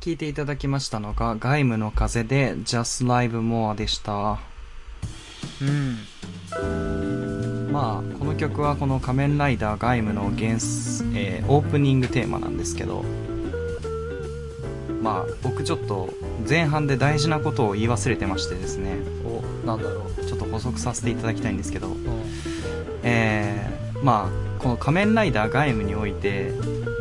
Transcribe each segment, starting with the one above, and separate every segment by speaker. Speaker 1: 聞いていただきましたのが、外務の風で Just Live More でした。
Speaker 2: うん
Speaker 1: まあ、この曲はこの仮面ライダーガイムの原す、えーオープニングテーマなんですけど、まあ、僕ちょっと前半で大事なことを言い忘れてましてですね、
Speaker 2: おなんだろ
Speaker 1: ちょっと補足させていただきたいんですけど、
Speaker 2: う、うん、
Speaker 1: えーまあこの「仮面ライダーガイム」において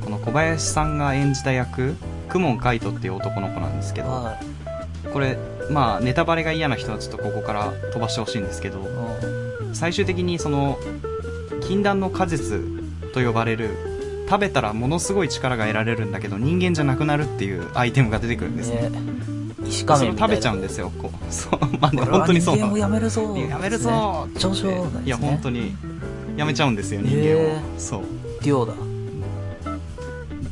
Speaker 1: この小林さんが演じた役公文海斗っていう男の子なんですけど
Speaker 2: はい
Speaker 1: これまあネタバレが嫌な人はちょっとここから飛ばしてほしいんですけど
Speaker 2: うん
Speaker 1: 最終的にその禁断の果実と呼ばれる食べたらものすごい力が得られるんだけど人間じゃなくなるっていうアイテムが出てくるんですね
Speaker 2: ね石
Speaker 1: そ
Speaker 2: 仮
Speaker 1: れ
Speaker 2: 面
Speaker 1: を
Speaker 2: み
Speaker 1: 食
Speaker 2: たいな
Speaker 1: べちゃうんですよこうそうまあね
Speaker 2: 俺は
Speaker 1: 本当にそう
Speaker 2: 人
Speaker 1: なの
Speaker 2: 間をやめるぞ
Speaker 1: やめるぞーって
Speaker 2: 上昇なんですね
Speaker 1: いや本当にやめちゃうんですよ人間を、
Speaker 2: へー
Speaker 1: そう
Speaker 2: ディオだ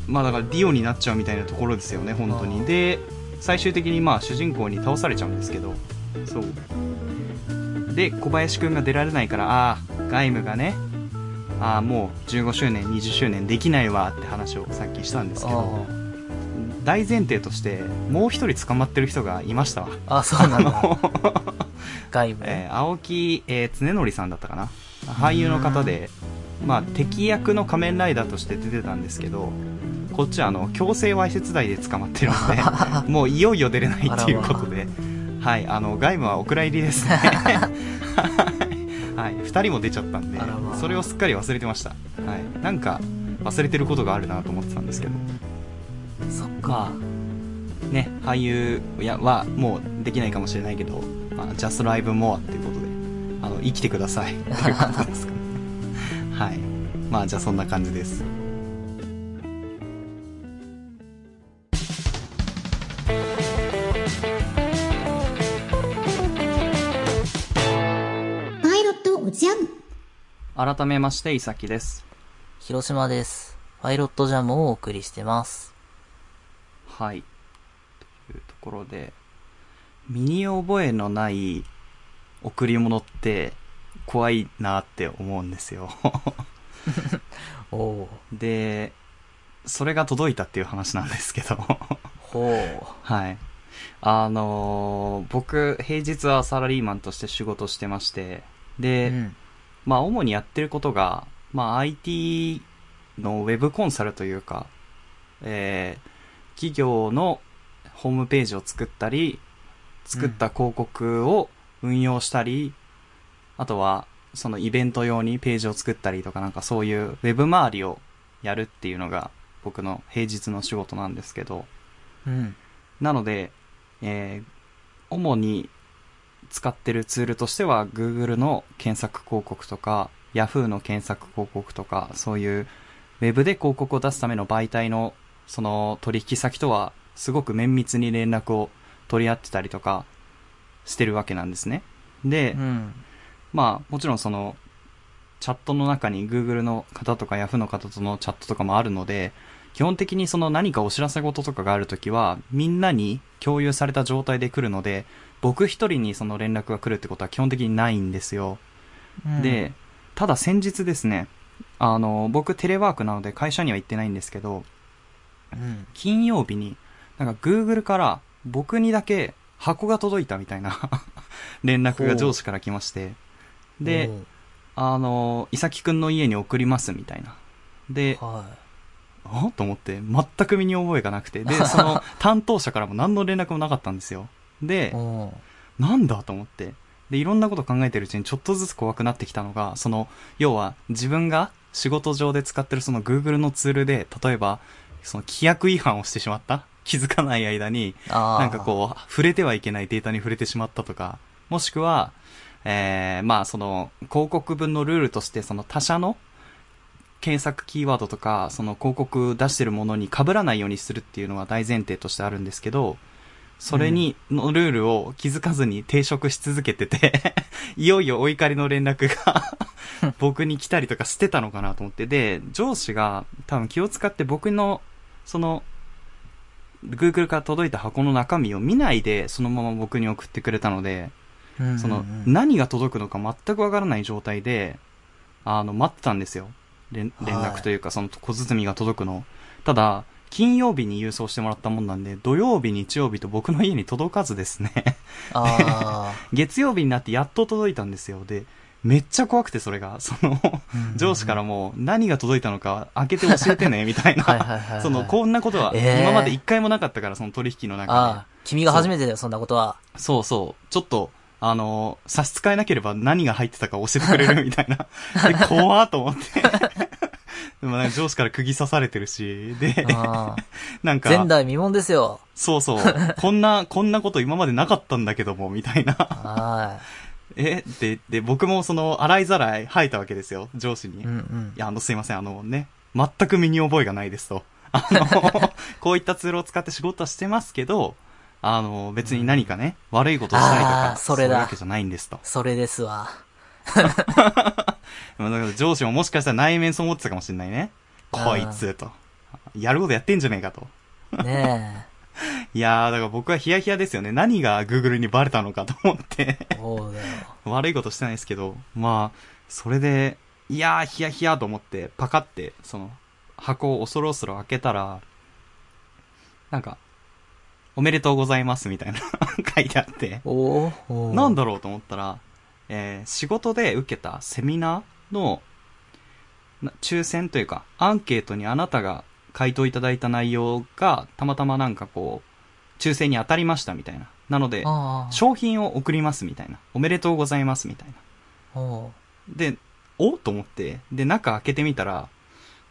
Speaker 1: まあだからディオになっちゃうみたいなところですよね本当
Speaker 2: あ
Speaker 1: に
Speaker 2: ー
Speaker 1: で最終的にまあ主人公に倒されちゃうんですけどそうで小林くんが出られないからああガイムがねああもう15周年20周年できないわって話をさっきしたんですけど大前提としてもう一人捕まってる人がいましたわ
Speaker 2: ああそうな んだ外部、
Speaker 1: えー青木、えー常則さんだったかな俳優の方で、まあ、敵役の仮面ライダーとして出てたんですけどこっちはあの強制わいせつ罪で捕まってるの でもういよいよ出れないっていうことで、はい、あの外務はお蔵入りです ね、はい、2人も出ちゃったんで
Speaker 2: あらまあ
Speaker 1: それをすっかり忘れてました、はい、なんか忘れてることがあるなと思ってたんですけど
Speaker 2: そっか、
Speaker 1: まあね俳優やはもうできないかもしれないけど、まあ、ジャスライブモアっていうことであの生きてくださいっていうことですかね はいまあじゃあそんな感じです
Speaker 3: パイロットおじゃん
Speaker 1: 改めましていさきです
Speaker 2: 広島ですパイロットジャムをお送りしてます
Speaker 1: はいというところで身に覚えのない贈り物って怖いなって思うんです よ
Speaker 2: おお
Speaker 1: でそれが届いたっていう話なんですけど
Speaker 2: ほ
Speaker 1: はい。あのー僕、平日はサラリーマンとして仕事してまして、
Speaker 2: う、う
Speaker 1: で、
Speaker 2: ん、
Speaker 1: まあ、主にやってることが、まあ、IT のウェブコンサルというか、えー企業のホームページを作ったり、作った広告を運用したり、あとは、そのイベント用にページを作ったりとか、なんかそういうウェブ周りをやるっていうのが、僕の平日の仕事なんですけど、
Speaker 2: うん、
Speaker 1: なので、えー主に使ってるツールとしては Google の検索広告とか Yahoo の検索広告とかそういうウェブで広告を出すための媒体のその取引先とはすごく綿密に連絡を取り合ってたりとかしてるわけなんですね。で、
Speaker 2: うん、
Speaker 1: まあもちろんそのチャットの中に Google の方とか Yahoo の方とのチャットとかもあるので基本的にその何かお知らせ事とかがあるときはみんなに共有された状態で来るので僕一人にその連絡が来るってことは基本的にないんですよ、
Speaker 2: うん、
Speaker 1: でただ先日ですねあの僕テレワークなので会社には行ってないんですけど
Speaker 2: うん、
Speaker 1: 金曜日になんか Google から僕にだけ箱が届いたみたいな 連絡が上司から来ましてで、あの、いさきくんの家に送りますみたいな。で
Speaker 2: お、ーは
Speaker 1: あと思って、全く身に覚えがなくて。で、その担当者からも何の連絡もなかったんですよ。
Speaker 2: い
Speaker 1: で
Speaker 2: お、お
Speaker 1: なんだと思って。で、いろんなこと考えてるうちにちょっとずつ怖くなってきたのが、その、要は自分が仕事上で使ってるその Google のツールで、例えば、その規約違反をしてしまった気づかない間に、
Speaker 2: ああ
Speaker 1: なんかこう、触れてはいけないデータに触れてしまったとか、もしくは、えー、まあその、広告文のルールとして、その他社の検索キーワードとか、その広告出してるものに被らないようにするっていうのは大前提としてあるんですけど、それに、のルールを気づかずに抵触し続けてて、 いよいよお怒りの連絡が僕に来たりとかしてたのかなと思って、で、上司が多分気を使って僕の、その、Google から届いた箱の中身を見ないで、そのまま僕に送ってくれたので、
Speaker 2: うんうんうん
Speaker 1: その、何が届くのか全くわからない状態で、あの、待ってたんですよ。連連
Speaker 2: は
Speaker 1: 絡
Speaker 2: い
Speaker 1: というか、その小包みが届くのを。ただ、金曜日に郵送してもらったもんなんで、土曜日、日曜日と僕の家に届かずですね。
Speaker 2: あ
Speaker 1: 月曜日になってやっと届いたんですよ。で、めっちゃ怖くて、それが。その、
Speaker 2: ー
Speaker 1: 上司からもう何が届いたのか開けて教えてね、みたいな。
Speaker 2: はいはいはいはい
Speaker 1: その、こんなことは、
Speaker 2: えー
Speaker 1: 今まで一回もなかったから、その取引の中
Speaker 2: ああ、君が初めてだよ、そんなことは。
Speaker 1: で。そうそう。ちょっと、あの、差し支えなければ何が入ってたか教えてくれるみたい な。で、怖ーと思って。 でもなんか上司から釘刺されてるし、で、
Speaker 2: ああ
Speaker 1: なんか、
Speaker 2: 前代未聞ですよ。
Speaker 1: そうそう、こんな、こんなこと今までなかったんだけども、みたいな。
Speaker 2: は
Speaker 1: えで、で、僕もその、洗いざらい吐いたわけですよ、上司に。
Speaker 2: い。うんうん
Speaker 1: い。や、あの、すいません、あのね、全く身に覚えがないですと。あ の、こういったツールを使って仕事はしてますけど、あの、別に何かね、悪いことをしたりと
Speaker 2: あ
Speaker 1: か、
Speaker 2: ーそれ
Speaker 1: そ
Speaker 2: だ
Speaker 1: ういうわけじゃないんですと。
Speaker 2: それですわ。
Speaker 1: まあだから上司ももしかしたら内面そう思ってたかもしれないね。こいつ、と。やることやってんじゃねえかと。
Speaker 2: ね
Speaker 1: いやー、だから僕はヒヤヒヤですよね。何が Google にバレたのかと思って。
Speaker 2: え。そうだよ。
Speaker 1: 悪いことしてないですけど、まあ、それで、いやー、ヒヤヒヤと思って、パカって、その、箱を恐ろ恐ろ開けたら、なんか、おめでとうございますみたいな 書いてあって、
Speaker 2: おーおー。
Speaker 1: なんだろうと思ったら、えー仕事で受けたセミナーの、な抽選というか、アンケートにあなたが回答いただいた内容が、たまたまなんかこう、抽選に当たりましたみたいな。なので、
Speaker 2: あ
Speaker 1: 商品を送りますみたいな。おめでとうございますみたいな。
Speaker 2: あ。お
Speaker 1: で、おと思って、で、中開けてみたら、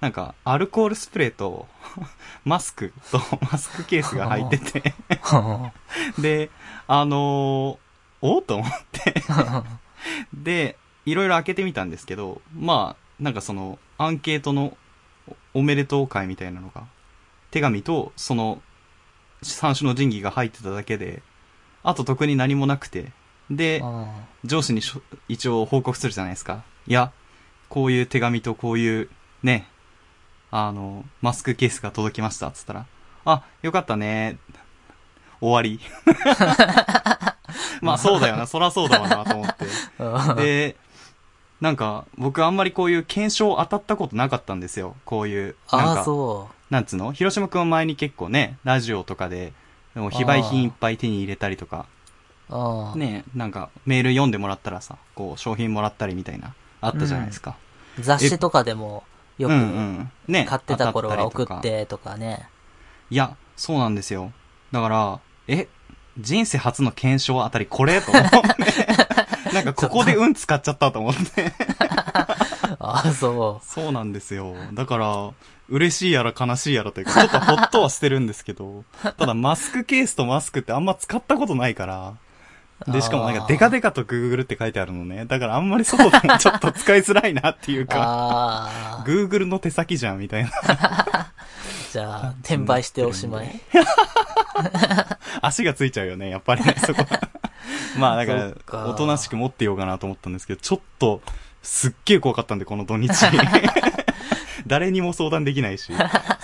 Speaker 1: なんか、アルコールスプレーと、 マスクと、マスクケースが入って て、
Speaker 2: ー
Speaker 1: で、あのーおと思ってで、いろいろ開けてみたんですけど、まあ、なんかその、アンケートのおおめでとう会みたいなのが、手紙と、その、三種の神器が入ってただけで、あと特に何もなくて、で、
Speaker 2: あ
Speaker 1: 上司にしょ一応報告するじゃないですか。いや、こういう手紙とこういう、ね、あの、マスクケースが届きました、つったら、あ、よかったね、終わり。 まあそうだよな、そらそうだわな、と思って。
Speaker 2: あ。
Speaker 1: で、なんか、僕あんまりこういう検証当たったことなかったんですよ。こういう、なん
Speaker 2: ああ、
Speaker 1: か、
Speaker 2: そ
Speaker 1: なんつうの広島くんは前に結構ね、ラジオとかで、でも非売品いっぱい手に入れたりとか、
Speaker 2: う。ああ。
Speaker 1: ねなんかメール読んでもらったらさ、こう商品もらったりみたいな、あったじゃないですか。
Speaker 2: 雑誌とかでも、よ
Speaker 1: うん、うん
Speaker 2: く
Speaker 1: うんね
Speaker 2: 買ってた頃は
Speaker 1: 当た
Speaker 2: 送
Speaker 1: りとか
Speaker 2: ってとか ね。
Speaker 1: いや、そうなんですよ。だから、え、人生初の検証あたりこれと思 って。なんかここで運使っちゃったと思って。
Speaker 2: ああ、そ
Speaker 1: そうなんですよ。だから、嬉しいやら悲しいやらというか、ちょっとほっとはしてるんですけ ど、ただマスクケースとマスクってあんま使ったことないから、で、しかもなんか
Speaker 2: あー
Speaker 1: デカデカとグーグルって書いてあるのね。だからあんまり外でもちょっと使いづらいなっていう
Speaker 2: う。
Speaker 1: か、
Speaker 2: ああ。
Speaker 1: グーグルの手先じゃんみたいな。
Speaker 2: じゃあ、転売しておしまい。
Speaker 1: 足がついちゃうよね、やっぱり ね、そこ。まあだか、
Speaker 2: そっから
Speaker 1: おとなしく持ってようかなと思ったんですけど、ちょっと、すっげえ怖かったんで、この土 日。誰にも相談できないし。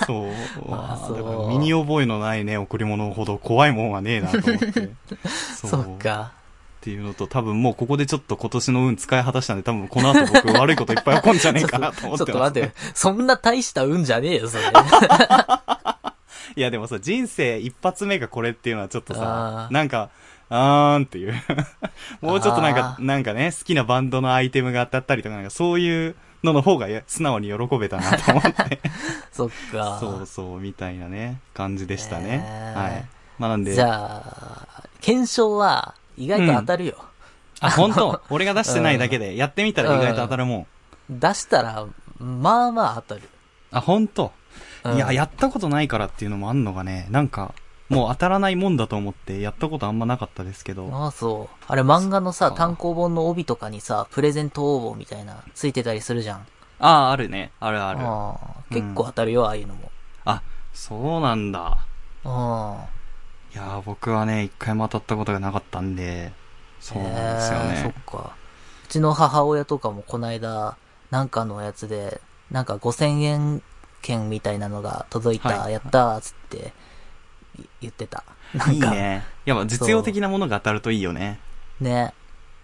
Speaker 1: そう。
Speaker 2: あ
Speaker 1: わあ
Speaker 2: そう
Speaker 1: だから身に覚えのないね、贈り物ほど怖いもんはねえなと思って。 そ
Speaker 2: そっ。か。
Speaker 1: っていうのと、多分もうここでちょっと今年の運使い果たしたんで、多分この後僕悪いこといっぱい起こんじゃねえかなと
Speaker 2: ち
Speaker 1: 思
Speaker 2: ょ
Speaker 1: っ
Speaker 2: って
Speaker 1: ます、
Speaker 2: と待って、そんな大した運じゃねえ よ、それ。
Speaker 1: いやでもさ、人生一発目がこれっていうのはちょっとさ
Speaker 2: あ、ー
Speaker 1: なんか、あーんっていう。 もうちょっとなんか
Speaker 2: あ、ー
Speaker 1: なんかね、好きなバンドのアイテムが当たったりとか、なんかそういうのの方がや素直に喜べたなと思 って。
Speaker 2: そっか。
Speaker 1: そうそう、みたいなね、感じでしたね。
Speaker 2: えー
Speaker 1: はい。まあなんで、
Speaker 2: じゃあ、検証は意外と当たるよ。
Speaker 1: あ、本当俺が出してないだけで、やってみたら意外と当たるもん。
Speaker 2: 出したら、まあまあ当たる。
Speaker 1: あ、本当
Speaker 2: うん
Speaker 1: いや、やったことないからっていうのもあんのがね、なんか、もう当たらないもんだと思って、やったことあんまなかったですけど。
Speaker 2: ああ、そう。あれ漫画のさ、
Speaker 1: か
Speaker 2: 単行本の帯とかにさ、プレゼント応募みたいな、ついてたりするじゃん。
Speaker 1: ああ、あるね。あるある。
Speaker 2: ああ
Speaker 1: うん
Speaker 2: 結構当たるよ、ああいうのも。
Speaker 1: あ、そうなんだ。
Speaker 2: あ
Speaker 1: いやー、僕はね、一回も当たったことがなかったんで、
Speaker 2: あ
Speaker 1: そうなんですよ
Speaker 2: へえそっ
Speaker 1: ね。
Speaker 2: か。うちの母親とかもこないだ、なんかのやつで、なんか5000円券みたいなのが届いた、
Speaker 1: はい
Speaker 2: やったーっつって、い言ってた。なん
Speaker 1: いい
Speaker 2: か、
Speaker 1: ね。やっぱ実用的なものが当たるといいよね。
Speaker 2: ね。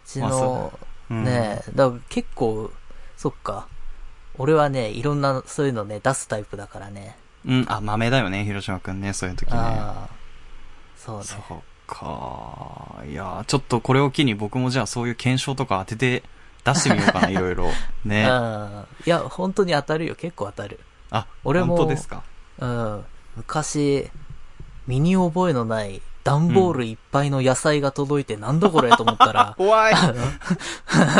Speaker 2: うち
Speaker 1: まあ
Speaker 2: の
Speaker 1: そ、うん、
Speaker 2: ねえ、だから結構、そっか。俺はね、いろんな、そういうのね、出すタイプだからね。
Speaker 1: うん、あ、豆だよね、広島くんね、そういう時ね。
Speaker 2: ああ。そうね。
Speaker 1: そうか。いやーちょっとこれを機に僕もじゃあそういう検証とか当てて出してみよう かな、いろいろ。
Speaker 2: うん。い
Speaker 1: ね。
Speaker 2: や、本当に当たるよ。結構当たる。
Speaker 1: あ、
Speaker 2: 俺も
Speaker 1: 本当ですか。
Speaker 2: うん。昔、身に覚えのない段ボールいっぱいの野菜が届いてなんだこれと思っ たら、
Speaker 1: 怖い。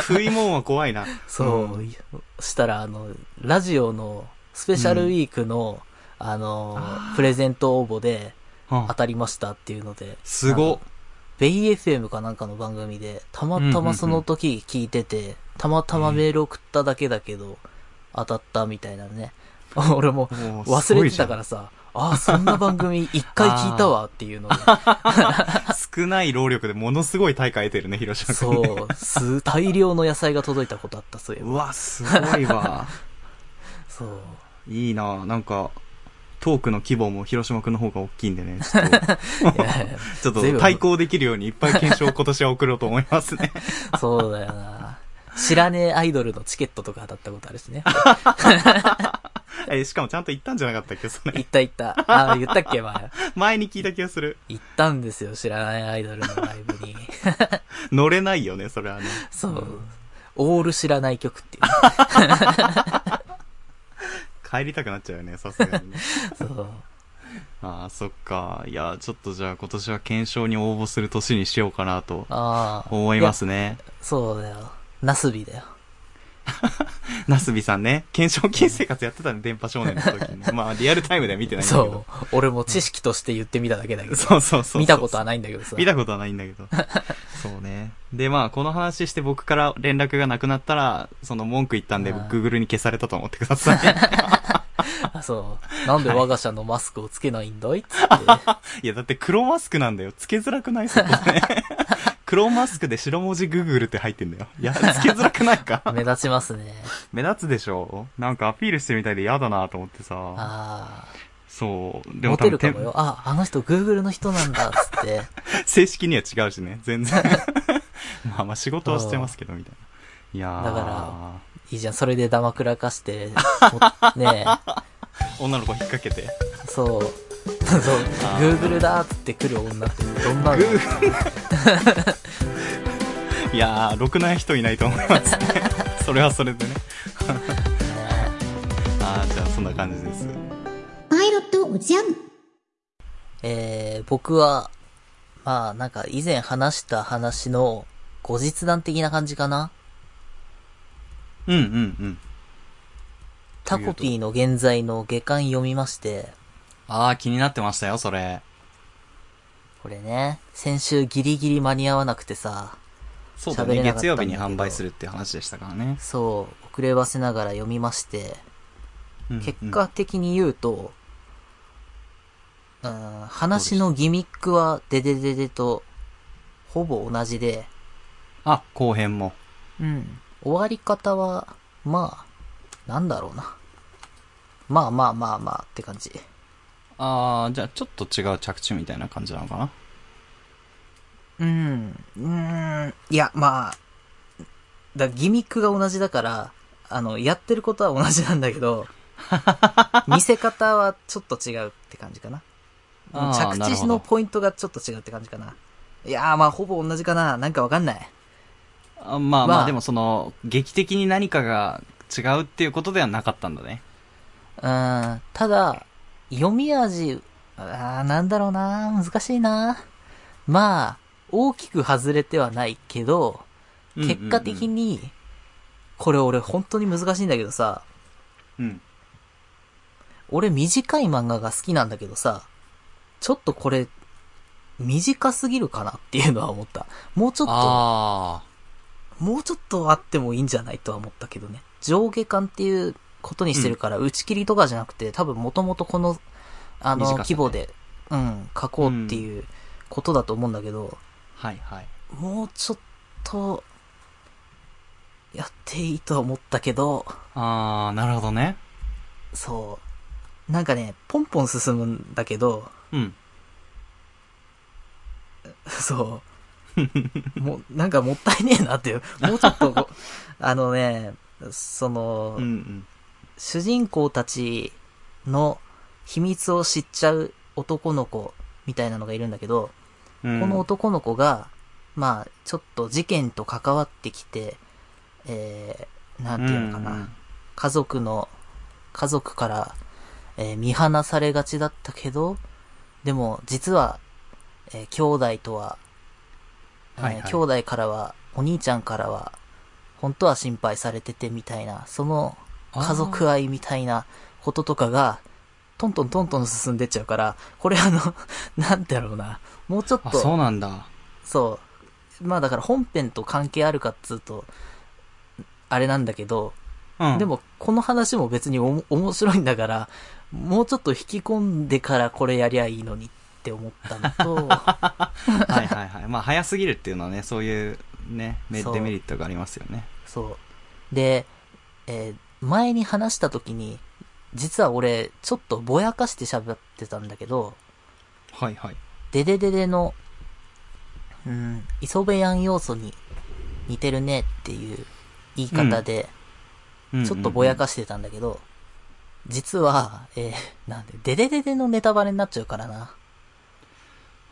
Speaker 1: 食い物は怖いな。
Speaker 2: そう、
Speaker 1: ん
Speaker 2: したら、あの、ラジオのスペシャルウィークの、あの、
Speaker 1: あー
Speaker 2: プレゼント応募で
Speaker 1: うん
Speaker 2: 当たりましたっていうので、
Speaker 1: すごっ。
Speaker 2: ベイ FM かなんかの番組で、たま
Speaker 1: うん
Speaker 2: た
Speaker 1: うんうん
Speaker 2: まその時聞いてて、たまたまメール送っただけだけど、当たったみたいなね。 俺も
Speaker 1: もうす
Speaker 2: 忘
Speaker 1: ご
Speaker 2: れ
Speaker 1: い
Speaker 2: て
Speaker 1: じゃん
Speaker 2: たからさ、ああ、そんな番組一回聞いたわっていうので、
Speaker 1: 少ない労力でものすごい大会得てるね、広島君、ね。
Speaker 2: そう、す、大量の野菜が届いたことあった、そういう
Speaker 1: うわ、すごい わ。
Speaker 2: そう。
Speaker 1: いいななんか、トークの規模も広島くんの方が大きいんでね、ち ょっと、
Speaker 2: いやいや
Speaker 1: ちょっ
Speaker 2: 随
Speaker 1: と
Speaker 2: 分
Speaker 1: 対抗できるようにいっぱい検証を今年は送ろうと思いますね。
Speaker 2: そうだよな。知らねえアイドルのチケットとか当たったことあるしね。
Speaker 1: え、しかもちゃんと言ったんじゃなかったっけそ れ。
Speaker 2: 言った言った。ああ、言ったっけ前。
Speaker 1: 前に聞いた気がする。
Speaker 2: 言ったんですよ、知らないアイドルのライブに。
Speaker 1: 乗れないよね、それはね。
Speaker 2: そう。オール知らない曲っていうね。
Speaker 1: 帰りたくなっちゃうよね、さすがにね。
Speaker 2: そう。
Speaker 1: ああ、そっか。いや、ちょっとじゃあ今年は検証に応募する年にしようかなと
Speaker 2: ああ。
Speaker 1: 思いますね。
Speaker 2: や。そうだよ。ナスビだよ。
Speaker 1: なすびさんね、検証金生活やってたね、電波少年の時 に。まあ、リアルタイムでは見てないんだけ
Speaker 2: そ
Speaker 1: ど。
Speaker 2: う。俺も知識として言ってみただけだけど。
Speaker 1: そうそうそう。
Speaker 2: 見たこと
Speaker 1: は
Speaker 2: はないんだけどさ。
Speaker 1: 見たことはないんだ けど。そうね。で、まあ、この話して僕から連絡がなくなったら、その文句言ったんで、
Speaker 2: あー
Speaker 1: Google に消されたと思ってくださ い。
Speaker 2: あそう。なんで我が社のマスクをつけないんだいっつって。
Speaker 1: いや、だって黒マスクなんだよ。つけづらくないそこ ね。黒マスクで白文字 Google って入ってんだよ。いや、つけづらくない か
Speaker 2: 目立ちますね。
Speaker 1: 目立つでしょなんかアピールしてるみたいで嫌だなと思ってさ。
Speaker 2: ああ。
Speaker 1: そう。で
Speaker 2: モ
Speaker 1: 多分
Speaker 2: テるかもよ。あ、あの人 Google の人なんだっ つって。
Speaker 1: 正式には違うしね、全 然。まあまあ仕事はしてますけど、みたいな。いやー
Speaker 2: だかいいじゃん、それでダマくらかして、 もね
Speaker 1: 女の子引っ掛けて。
Speaker 2: え、そう、そう、Google だーっつって来る女ってどんなの
Speaker 1: いやー、ろくな人いないと思いますね。 それはそれ でね。あー、じゃあそんな感じです。
Speaker 3: パイロットおじゃん
Speaker 2: えー、僕は、まあなんか以前話した話の後日談的な感じかな
Speaker 1: うんうんうん。
Speaker 2: タコピーの現在の下巻読みまして、
Speaker 1: あー、気になってましたよ、それ。
Speaker 2: これね、先週ギリギリ間に合わなくてさ、
Speaker 1: そうだ
Speaker 2: 喋
Speaker 1: ね。
Speaker 2: れなかった
Speaker 1: 月
Speaker 2: んだけど
Speaker 1: 曜日に販売するっていう話でしたからね。
Speaker 2: そう、遅ればせながら読みまして、
Speaker 1: うんうん
Speaker 2: 結果、的に言うと、うん、話のギミックはデデデデとほぼ同じで、
Speaker 1: あ、後編も。
Speaker 2: うん、終わり方は、まあ、なんだろうな。まあまあまあまあって感じ。
Speaker 1: あー、じゃあちょっと違う着地みたいな感じなのかな。
Speaker 2: うん、うん、いや、まあ、だギミックが同じだから、あの、やってることは同じなんだけ ど、見せ方はちょっと違うって感じかな。
Speaker 1: あー
Speaker 2: 着
Speaker 1: なるほ
Speaker 2: 地
Speaker 1: ど
Speaker 2: のポイントがちょっと違うって感じかな。いやーまあほぼ同じかな。なんかわかんない。
Speaker 1: あまあま
Speaker 2: ま
Speaker 1: あ、
Speaker 2: あ
Speaker 1: でもその、劇的に何かが違うっていうことではなかったんだね。
Speaker 2: うーん。ただ、読み味、あーなんだろうな難しいなまあ、大きく外れてはないけど、結果的に、これ俺本当に難しいんだけどさ、
Speaker 1: うんうんうん。
Speaker 2: 俺短い漫画が好きなんだけどさ、ちょっとこれ、短すぎるかなっていうのは思った。もうちょっと、
Speaker 1: あ
Speaker 2: もうちょっとあってもいいんじゃないとは思ったけどね。上下巻っていうことにしてるから、打ち切りとかじゃなくて、多分もともとこの、あの、
Speaker 1: 短さね
Speaker 2: 規模で、うん、書こうっていうことだと思うんだけど、
Speaker 1: あ。はいはい。
Speaker 2: もうちょっと、やっていいとは思ったけど、
Speaker 1: ああ、なるほどね。
Speaker 2: そう。なんかね、ポンポン進むんだけど、
Speaker 1: うん。
Speaker 2: そう。もう、なんかもったいねえなっていう。もうちょっとこう、あのね、その、
Speaker 1: うんうん。
Speaker 2: 主人公たちの秘密を知っちゃう男の子みたいなのがいるんだけど、
Speaker 1: うん
Speaker 2: この男の子が、まあ、ちょっと事件と関わってきて、えー、なんていうのかな、
Speaker 1: うんうん
Speaker 2: 家族の、家族から、えー見放されがちだったけど、でも、実は、えー兄弟とは、えー
Speaker 1: はいはい
Speaker 2: 兄弟からは、お兄ちゃんからは、本当は心配されててみたいな、その家族愛みたいなこととかが、トントントントン進んでっちゃうから、これあの、 なんだろうな、もうちょっ
Speaker 1: あ、
Speaker 2: と、
Speaker 1: そうなんだ。
Speaker 2: そう。まあだから本編と関係あるかっつうと、あれなんだけど、
Speaker 1: うん。
Speaker 2: で、もこの話も別におも面白いんだから、もうちょっと引き込んでからこれやりゃいいのにって思ったの と、
Speaker 1: はいはいはい。まあ、早すぎるっていうのはね、そういう、ね、メ
Speaker 2: そう
Speaker 1: デメリットがありますよね。
Speaker 2: そう。で、えー前に話した時に、実は俺、ちょっとぼやかして喋ってたんだけど、
Speaker 1: はいはい。
Speaker 2: デデデデの、うん、磯部やん要素に似てるねっていう言い方で、
Speaker 1: うんうんうん
Speaker 2: ちょっとぼやかしてたんだけど、実は、えーなんで、デデデデのネタバレになっちゃうからな。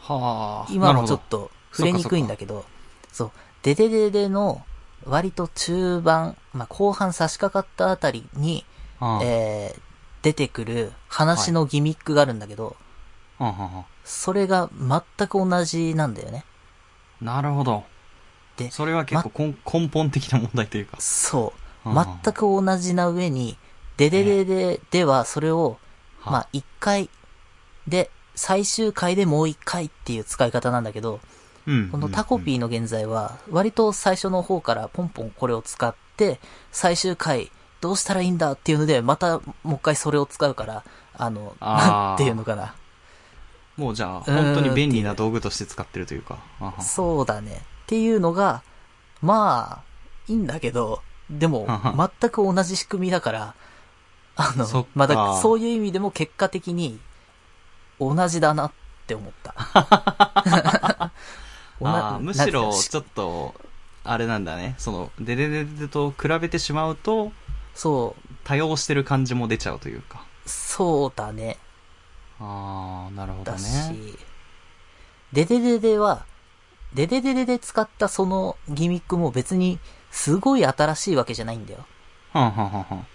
Speaker 1: はあ。
Speaker 2: 今
Speaker 1: なる
Speaker 2: も
Speaker 1: ほ
Speaker 2: ち
Speaker 1: ど
Speaker 2: ょっと触れにくいんだけど、そう、デデデデの割と中盤、まあ、後半差し掛かったあたりに、
Speaker 1: うん
Speaker 2: えー出てくる話のギミックがあるんだけど、
Speaker 1: うんうんうん
Speaker 2: それが全く同じなんだよね。
Speaker 1: なるほど。
Speaker 2: で
Speaker 1: それは結構こん、根本的な問題というか。
Speaker 2: そう。
Speaker 1: うんうん
Speaker 2: 全く同じな上に、デデデデではそれを、
Speaker 1: は
Speaker 2: まあ一回で、最終回でもう一回っていう使い方なんだけど、
Speaker 1: うん
Speaker 2: このタコピーの現在は、割と最初の方からポンポンこれを使って、最終回、どうしたらいいんだっていうので、またもう一回それを使うから、あの、
Speaker 1: あ
Speaker 2: な
Speaker 1: ー
Speaker 2: んていうのかな。
Speaker 1: もうじゃあ、本当に便利な道具として使ってるというか。あは
Speaker 2: そうだね。っていうのが、まあ、いいんだけど、でも
Speaker 1: はは、
Speaker 2: 全く同じ仕組みだから、あの
Speaker 1: そっ、か
Speaker 2: まだ、そういう意味でも結果的に、同じだなって 思った。
Speaker 1: あーむしろ、ち
Speaker 2: ょ
Speaker 1: ょっと、あれなんだね。その、デデデデと比べてしまうと、
Speaker 2: そう、
Speaker 1: 多用してる感じも出ちゃうというか。
Speaker 2: そうだね。
Speaker 1: ああ、なるほど
Speaker 2: だ
Speaker 1: ね。
Speaker 2: し、デデデデは、デデデデで使ったそのギミックも別に、すごい新しいわけじゃないんだよ。
Speaker 1: はんはんはんはん。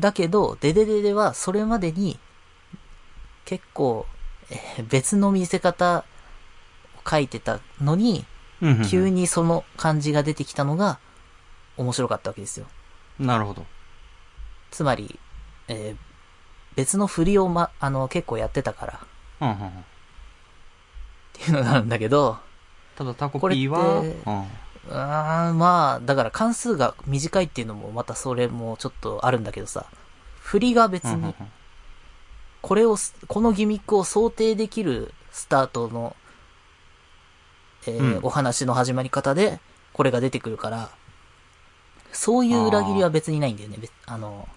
Speaker 2: だけど、デデデデはそれまでに、結構、えー別の見せ方を書いてたのに、
Speaker 1: うんうんうん
Speaker 2: 急。にその感じが出てきたのが面白かったわけですよ。
Speaker 1: なるほど。
Speaker 2: つまり、えー別の振りをま、あの、結構やってたからっ
Speaker 1: うんうんうん
Speaker 2: ていうのなんだけど、
Speaker 1: ただタコピーは、
Speaker 2: これっ
Speaker 1: うん
Speaker 2: うーん、まあ、だから関数が短いっていうのもまたそれもちょっとあるんだけどさ、振りが別
Speaker 1: うんうんう
Speaker 2: に
Speaker 1: ん、
Speaker 2: これをす、このギミックを想定できるスタートの、えー
Speaker 1: うん
Speaker 2: お話の始まり方で、これが出てくるから、そういう裏切りは別にないんだよね、別あの、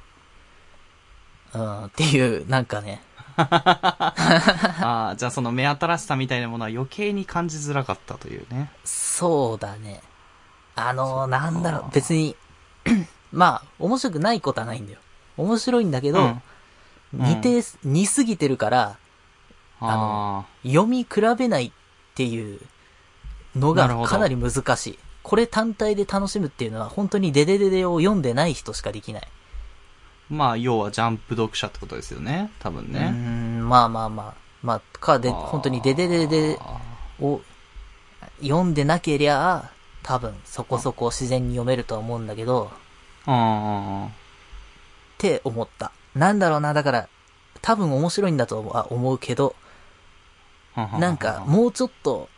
Speaker 2: うん、っていう、なんかね、
Speaker 1: ああ、じゃあその目新しさみたいなものは余計に感じづらかったというね。
Speaker 2: そうだね。あの、なんだろう、別に、 まあ、面白くないことはないんだよ。面白いんだけど、
Speaker 1: うんん
Speaker 2: 似て、似すぎてるから、
Speaker 1: あ
Speaker 2: 読み比べないっていうの
Speaker 1: なるほ
Speaker 2: が
Speaker 1: ど
Speaker 2: かなり難しい。これ単体で楽しむっていうのは本当にデデデデを読んでない人しかできない。
Speaker 1: あ、まあ要はジャンプ読者ってことですよね。多分
Speaker 2: うー
Speaker 1: ね。
Speaker 2: ん、まあまあまあ。まあ、か、で、
Speaker 1: あー
Speaker 2: 本当にデデデデを読んでなけりゃ、多分そこそこ自然に読めるとは思うんだけど、
Speaker 1: うんうんうん。
Speaker 2: って思った。なんだろうな、だから、多分面白いんだとは思うけど、なんか、もうちょっと、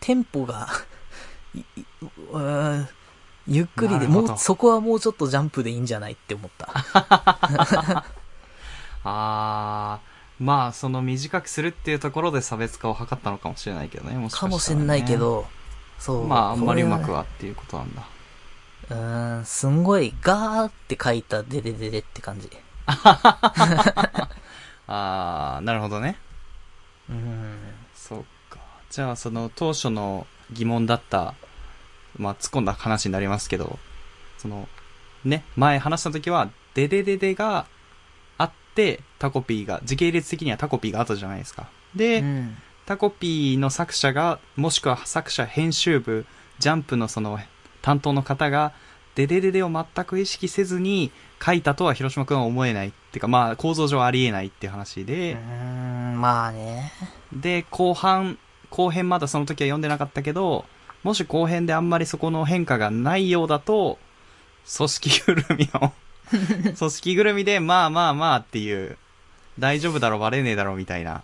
Speaker 2: テンポが い、いうーんゆっくり
Speaker 1: な
Speaker 2: で、
Speaker 1: るほど
Speaker 2: もう、そこはもうちょっとジャンプでいいんじゃないって思った。
Speaker 1: ああ、まあ、その短くするっていうところで差別化を図ったのかもしれないけどね、もし
Speaker 2: か
Speaker 1: したらね
Speaker 2: もしんないけ。ど、そう。
Speaker 1: まあ、あんまりうまく
Speaker 2: は。
Speaker 1: はっていうことなんだ。
Speaker 2: うーん、すんごい、ガーって書いたデデデデって感じ。
Speaker 1: ああ、なるほどね。
Speaker 2: うーん。
Speaker 1: そうか。じゃあ、その当初の疑問だった、まあ、突っ込んだ話になりますけど、その、ね、前話した時は、デデデデが、って、タコピーが、時系列的にはタコピーが後じゃないですか。で、
Speaker 2: うん。
Speaker 1: タコピーの作者が、もしくは作者編集部、ジャンプのその担当の方が、デデデデを全く意識せずに書いたとは広島くんは思えない。っていうか、まあ構造上ありえないっていう話
Speaker 2: う
Speaker 1: で、
Speaker 2: ーん、まあね。
Speaker 1: で、後半、後編まだその時は読んでなかったけど、もし後編であんまりそこの変化がないようだと、組織ぐるみを、組織ぐるみで、まあまあまあっていう、大丈夫だろ、バレねえだろ、みたいな。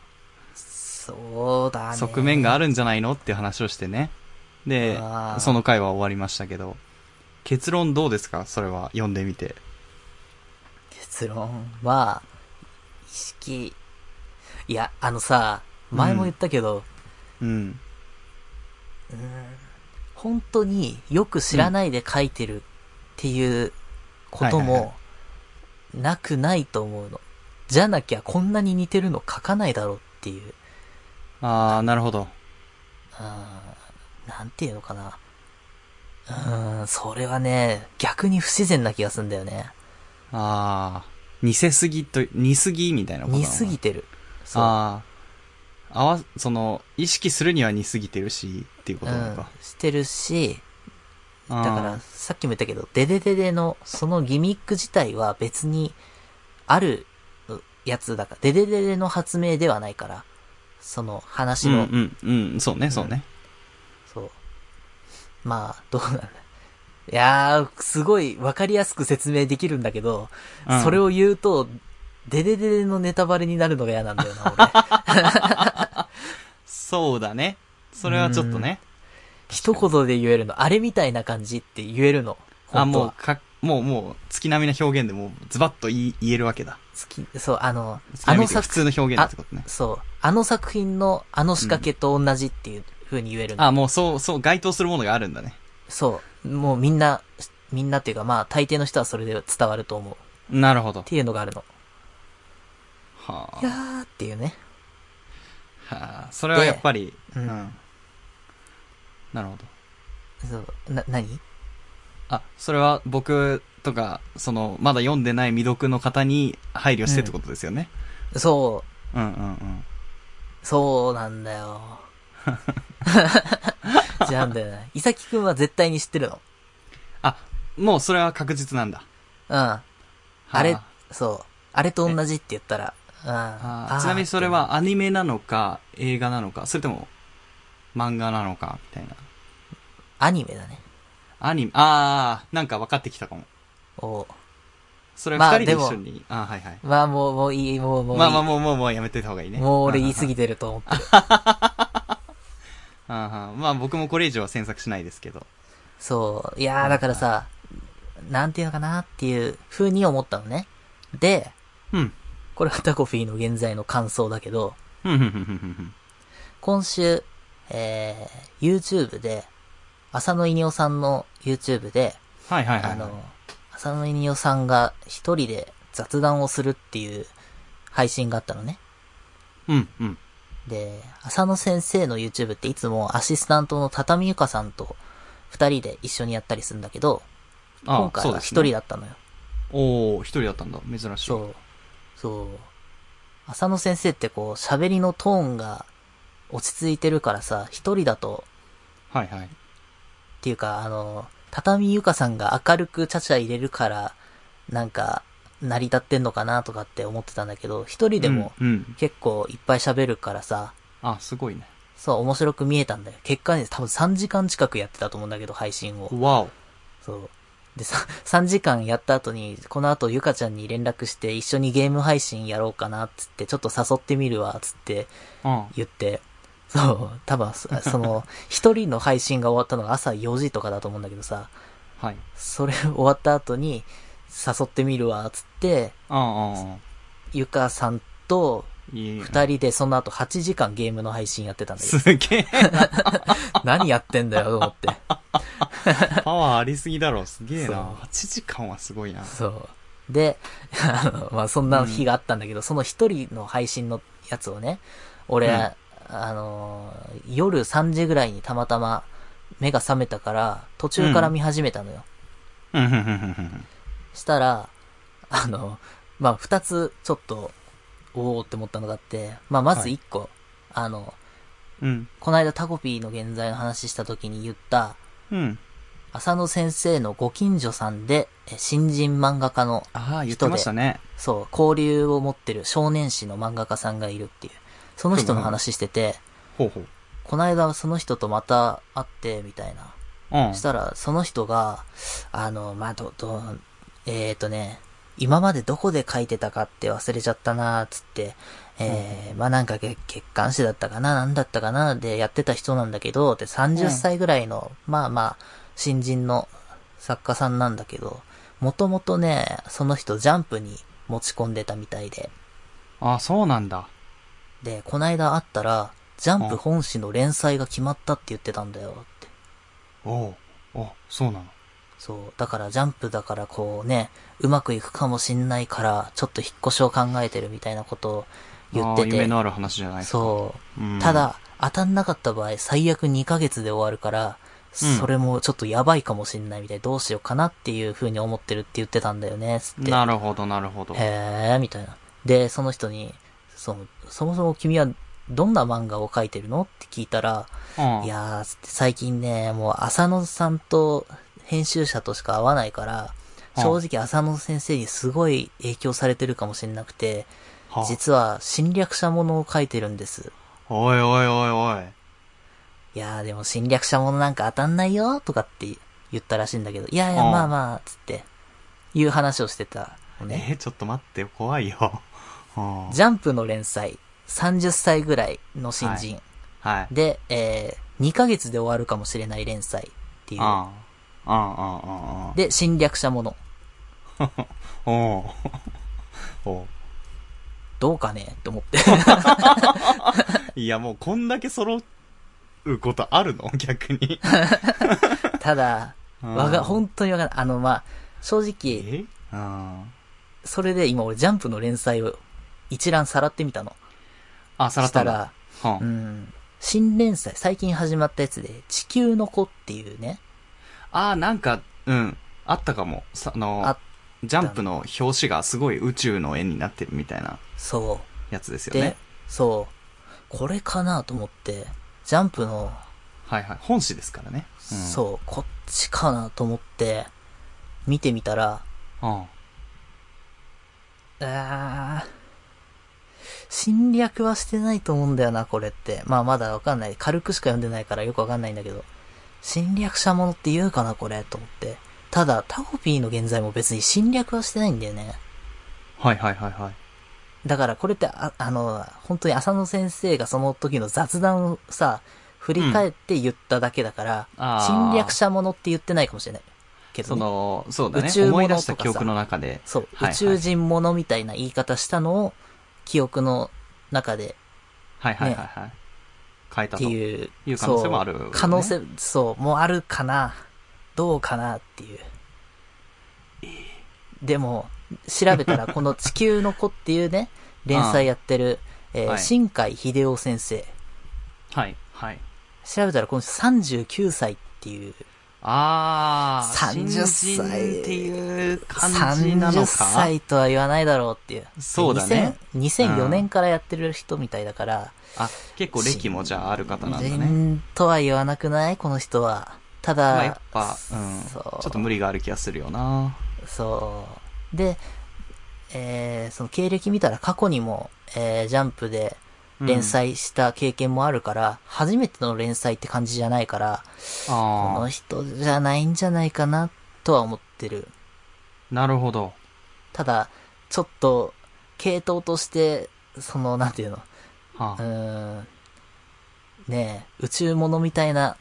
Speaker 2: そうだね。
Speaker 1: 側面があるんじゃないのっていう話をしてね。で
Speaker 2: あ、ー
Speaker 1: その回は終わりましたけど。結論どうですかそれは読んでみて。
Speaker 2: 結論は、意識。いや、あのさ、前も言ったけど、
Speaker 1: うん。
Speaker 2: 本当によく知らないで書いてるっていうこと
Speaker 1: はいはいは
Speaker 2: もなくないと思うの。じゃなきゃこんなに似てるの書かないだろうっていう。
Speaker 1: あー、なるほど。
Speaker 2: あーなんていうのかな。うーん、それはね、逆に不自然な気がするんだよね。
Speaker 1: あー、似せすぎと、似すぎみたいなことなの
Speaker 2: 似
Speaker 1: かな
Speaker 2: すぎてる。そう。
Speaker 1: あー。あわ、その、意識するには似すぎてるし、っていうこ
Speaker 2: う
Speaker 1: となの
Speaker 2: ん
Speaker 1: か。、
Speaker 2: してるし、
Speaker 1: あ
Speaker 2: だ
Speaker 1: ー
Speaker 2: から、さっきも言ったけど、デデデデの、そのギミック自体は別に、ある、うやつだから、デデデデの発明ではないから、その話
Speaker 1: うん
Speaker 2: の、
Speaker 1: うんうん、そうね、そうね。
Speaker 2: そう。まあ、どうなんだ。いやー、すごいわかりやすく説明できるんだけど、
Speaker 1: うん
Speaker 2: それを言うと、デデデデのネタバレになるのが嫌なん だよな、俺。
Speaker 1: そうだね。それはちょっとね。
Speaker 2: 一言で言えるの、あれみたいな感じって言えるの。
Speaker 1: あ、
Speaker 2: 本当は
Speaker 1: もう、か、もう、もう、月並みな表現でもう、ズバッと言い言えるわけだ。
Speaker 2: 好き、そう、あの、あ
Speaker 1: あの
Speaker 2: の
Speaker 1: 普
Speaker 2: 作
Speaker 1: 通の表現ってことね。
Speaker 2: そう。あの作品のあの仕掛けと同じっていう風に言えるの、
Speaker 1: あもうそう、そう、該当するものがあるんだね。
Speaker 2: そう。もうみんな、みんなっていうかまあ大抵の人はそれで伝わると思う。っ
Speaker 1: なるほど。
Speaker 2: ていうのがあるの。
Speaker 1: はいあ
Speaker 2: やーっていうね。
Speaker 1: はあ。それはやっぱり、
Speaker 2: うん
Speaker 1: なるほど。
Speaker 2: そう。な、何
Speaker 1: あ、それは僕とか、その、まだ読んでない未読の方に配慮してってことですよね。
Speaker 2: そ
Speaker 1: うん、うん、うん。
Speaker 2: う。そうなんだ よ。じゃあなんだよね。いさきくんは絶対に知ってるの。
Speaker 1: あ、もうそれは確実なんだ。は
Speaker 2: うん。あれ
Speaker 1: は、
Speaker 2: そう。あれと同じって言ったら。うん。
Speaker 1: あ
Speaker 2: あー
Speaker 1: ちなみにそれ。はアニメなのか、映画なのか、それとも漫画なのか、みたいな。
Speaker 2: アニメだね。
Speaker 1: アニメ、あー、なんか分かってきたかも。
Speaker 2: おう
Speaker 1: それ
Speaker 2: まあ
Speaker 1: は二人で
Speaker 2: でも
Speaker 1: 一緒に。あ、はいはい。
Speaker 2: まあもう、もういい、もう、もういい。
Speaker 1: まあまあもうもうもうやめといた方がいいね。
Speaker 2: もう俺言い
Speaker 1: ぎ
Speaker 2: 過ぎてると思ってる。
Speaker 1: あはまあ僕もこれ以上は詮索しないですけど。
Speaker 2: そう。いやー、だからさ、なんていうのかなっていう風に思ったのね。で、
Speaker 1: うん。
Speaker 2: これはタコフィーの現在の感想だけど、
Speaker 1: うん、うん、うん、うん。
Speaker 2: 今週、えー、YouTube で、浅野稲夫さんの YouTube で、
Speaker 1: はいはいはい。
Speaker 2: あの、浅野稲夫さんが一人で雑談をするっていう配信があったのね。
Speaker 1: うん、うん。
Speaker 2: で、浅野先生の YouTube っていつもアシスタントの畳ゆかさんと二人で一緒にやったりするんだけど、
Speaker 1: あ
Speaker 2: 今回
Speaker 1: そう
Speaker 2: は
Speaker 1: です
Speaker 2: 一
Speaker 1: ね
Speaker 2: 人だったのよ。
Speaker 1: おお一人だったんだ。珍しい。
Speaker 2: そう。そう。浅野先生ってこう、喋りのトーンが落ち着いてるからさ、一人だと、
Speaker 1: はいはい。
Speaker 2: っていうか、あの、畳ゆかさんが明るくちゃちゃ入れるから、なんか、成り立ってんのかなとかって思ってたんだけど、一人でも
Speaker 1: うん。うん
Speaker 2: 結構いっぱい喋るからさ、
Speaker 1: あ、すごいね。
Speaker 2: そう、面白く見えたんだよ。結果ね、多分3時間近くやってたと思うんだけど、配信を。
Speaker 1: わお。
Speaker 2: そう。で、さ、3時 間やった後に、この後ゆかちゃんに連絡して、一緒にゲーム配信やろうかな、つって、ちょっと誘ってみるわ、つって
Speaker 1: うん。
Speaker 2: 言って、そう、多分、そその、一人の配信が終わったのが朝4時とかだと思うんだけどさ、
Speaker 1: はい。
Speaker 2: それ終わった後に、誘ってみるわ、つって、
Speaker 1: うんうんうん。
Speaker 2: ゆかさんと、
Speaker 1: いいね。
Speaker 2: 二人でその後8時間ゲームの配信やってたん だけど、
Speaker 1: すげえ。
Speaker 2: 何やってんだよ、と思って。
Speaker 1: パワーありすぎだろ。すげえな
Speaker 2: そう。
Speaker 1: 8時間はすごいな。
Speaker 2: そう。で、あの、まあ、そんな日があったんだけど、その一人の配信のやつをね、俺、
Speaker 1: うん
Speaker 2: あのー、夜3時ぐらいにたまたま目が覚めたから、途中から見始めたのよ。
Speaker 1: うん、うん、うん、うん。
Speaker 2: したら、あの、まあ、二つ、ちょっと、おおって思ったのがあって、まあ、まず一個、あの、
Speaker 1: うん。
Speaker 2: この間タコピーの現在の話した時に言った、
Speaker 1: うん。
Speaker 2: 浅野先生のご近所さんで、え新人漫画家の、
Speaker 1: ああ、言ってましたね。
Speaker 2: そう、交流を持ってる少年誌の漫画家さんがいるっていう、その人の話してて、
Speaker 1: ほうほう。
Speaker 2: この間その人とまた会って、みたいな。
Speaker 1: うん。
Speaker 2: したら、その人が、あの、まあ、ど、ど、えーとね、今までどこで書いてたかって忘れちゃったなーっつって、えー、まあ、なんか月月刊誌だったかな、なんだったかな、でやってた人なんだけど、で、30歳ぐらいの、まあまあ、新人の作家さんなんだけど、もともとね、その人ジャンプに持ち込んでたみたいで、
Speaker 1: ああ、そうなんだ。
Speaker 2: で、こないだ会ったら、ジャン
Speaker 1: うん
Speaker 2: プ本誌の連載が決まったって言ってたんだよって。
Speaker 1: おう。おそうなの。
Speaker 2: そう。だからジャンプだからこうね、うまくいくかもしんないから、ちょっと引っ越しを考えてるみたいなことを言って
Speaker 1: ああ夢
Speaker 2: て。
Speaker 1: のある話じゃないですか。
Speaker 2: そう。
Speaker 1: うん
Speaker 2: た、だ、当たんなかった場合、最悪2ヶ月で終わるから、
Speaker 1: うん
Speaker 2: それもちょっとやばいかもしんないみたいどうしようかなっていう風に思ってるって言ってたんだよね、つって。
Speaker 1: なるほど、なるほど。
Speaker 2: へー、みたいな。で、その人に、その、そもそも君はどんな漫画を描いてるのって聞いたら、
Speaker 1: うん
Speaker 2: いやー、つって最近ね、もう浅野さんと編集者としか会わないから、
Speaker 1: うん
Speaker 2: 正直浅野先生にすごい影響されてるかもしれなくて、
Speaker 1: はあ
Speaker 2: 実は侵略者ものを書いてるんです。
Speaker 1: おいおいおいおい。
Speaker 2: いやーでも侵略者ものなんか当たんないよとかって言ったらしいんだけど、いやいや、
Speaker 1: うん
Speaker 2: まあまあ、つって、いう話をしてたのね。
Speaker 1: えー、ちょっと待ってよ、怖いよ。 うん
Speaker 2: ジャンプの連載、30歳ぐらいの新人。
Speaker 1: はい。
Speaker 2: で、えー、2ヶ月で終わるかもしれない連載っていう。
Speaker 1: ああ、ああ、ああ、
Speaker 2: で、侵略者もの。
Speaker 1: おおうおう
Speaker 2: どうかねって思って。
Speaker 1: いや、もうこんだけ揃うことあるの 逆に。
Speaker 2: ただ、
Speaker 1: うん
Speaker 2: わが、本当にわかんない。あの、まあ、正直、
Speaker 1: えうん。
Speaker 2: それで今俺ジャンプの連載を一覧さらってみたの。
Speaker 1: あ、さら
Speaker 2: し
Speaker 1: った
Speaker 2: た
Speaker 1: んだ。
Speaker 2: ら、
Speaker 1: うん
Speaker 2: うん、新連載、最近始まったやつで、地球の子っていうね、
Speaker 1: ああ、なんか、うん。あったかも。さあ
Speaker 2: あ
Speaker 1: の、ジャンプの表紙がすごい宇宙の絵になってるみたいな
Speaker 2: そ
Speaker 1: やつです
Speaker 2: う。
Speaker 1: よ
Speaker 2: で、
Speaker 1: ね。
Speaker 2: そう。これかなと思って、ジャンプの、
Speaker 1: はいはい。本誌ですからね。うん、
Speaker 2: そう、こっちかなと思って、見てみたら、
Speaker 1: うん。
Speaker 2: あー侵略はしてないと思うんだよな、これって。まあまだわかんない。軽くしか読んでないからよくわかんないんだけど。侵略者ものって言うかな、これ、と思って。ただ、タコピーの現在も別に侵略はしてないんだよね。
Speaker 1: はいはいはいはい。
Speaker 2: だからこれって、ああの、本当に浅野先生がその時の雑談をさ、振り返って言っただけだから、
Speaker 1: うんあー
Speaker 2: 侵略者ものって言ってないかもしれない。けど、
Speaker 1: そ
Speaker 2: ね、
Speaker 1: の、そうだね
Speaker 2: 宇。宙
Speaker 1: 思
Speaker 2: 物
Speaker 1: い
Speaker 2: と
Speaker 1: 出
Speaker 2: か
Speaker 1: し
Speaker 2: さ
Speaker 1: た記憶の中で。
Speaker 2: そう、
Speaker 1: はい
Speaker 2: 宇宙人ものみたいな言い方したのを、記憶の中で
Speaker 1: はいはいはいはい。変えた
Speaker 2: っ
Speaker 1: と
Speaker 2: て。いう、
Speaker 1: いう可能性もあるよね
Speaker 2: そう可能性、そう、もうあるかな。どうかなっていう。でも、調べたら、この地球の子ってい うね、連載やってる、えー
Speaker 1: はい
Speaker 2: 新海秀夫先生。
Speaker 1: はい。はい。
Speaker 2: 調べたら、この人39歳っていう、
Speaker 1: ああ、
Speaker 2: 30
Speaker 1: 新人っていう感じな
Speaker 2: 30
Speaker 1: のか。
Speaker 2: 歳とは言わないだろうっていう。
Speaker 1: そうだね
Speaker 2: 2000。
Speaker 1: う
Speaker 2: 2004
Speaker 1: ん
Speaker 2: 年からやってる人みたいだから、
Speaker 1: あ、結構歴もじゃあある方なんだ
Speaker 2: 新
Speaker 1: ね。
Speaker 2: 人とは言わなくないこの人は。ただ、
Speaker 1: まあやっぱ、うん。ち
Speaker 2: そ
Speaker 1: ょ
Speaker 2: う
Speaker 1: っと無理がある気がするよな。
Speaker 2: そう。で、えーその経歴見たら過去にも、えージャンプで連載した経験もあるから、初めての連載って感じじゃないから、こ
Speaker 1: あ
Speaker 2: の
Speaker 1: あ、
Speaker 2: 人じゃないんじゃないかな、とは思ってる。
Speaker 1: なるほど。
Speaker 2: ただ、ちょっと、系統として、その、なんていうの、
Speaker 1: は
Speaker 2: う
Speaker 1: あ
Speaker 2: ーん、ねえ、宇宙物みたいな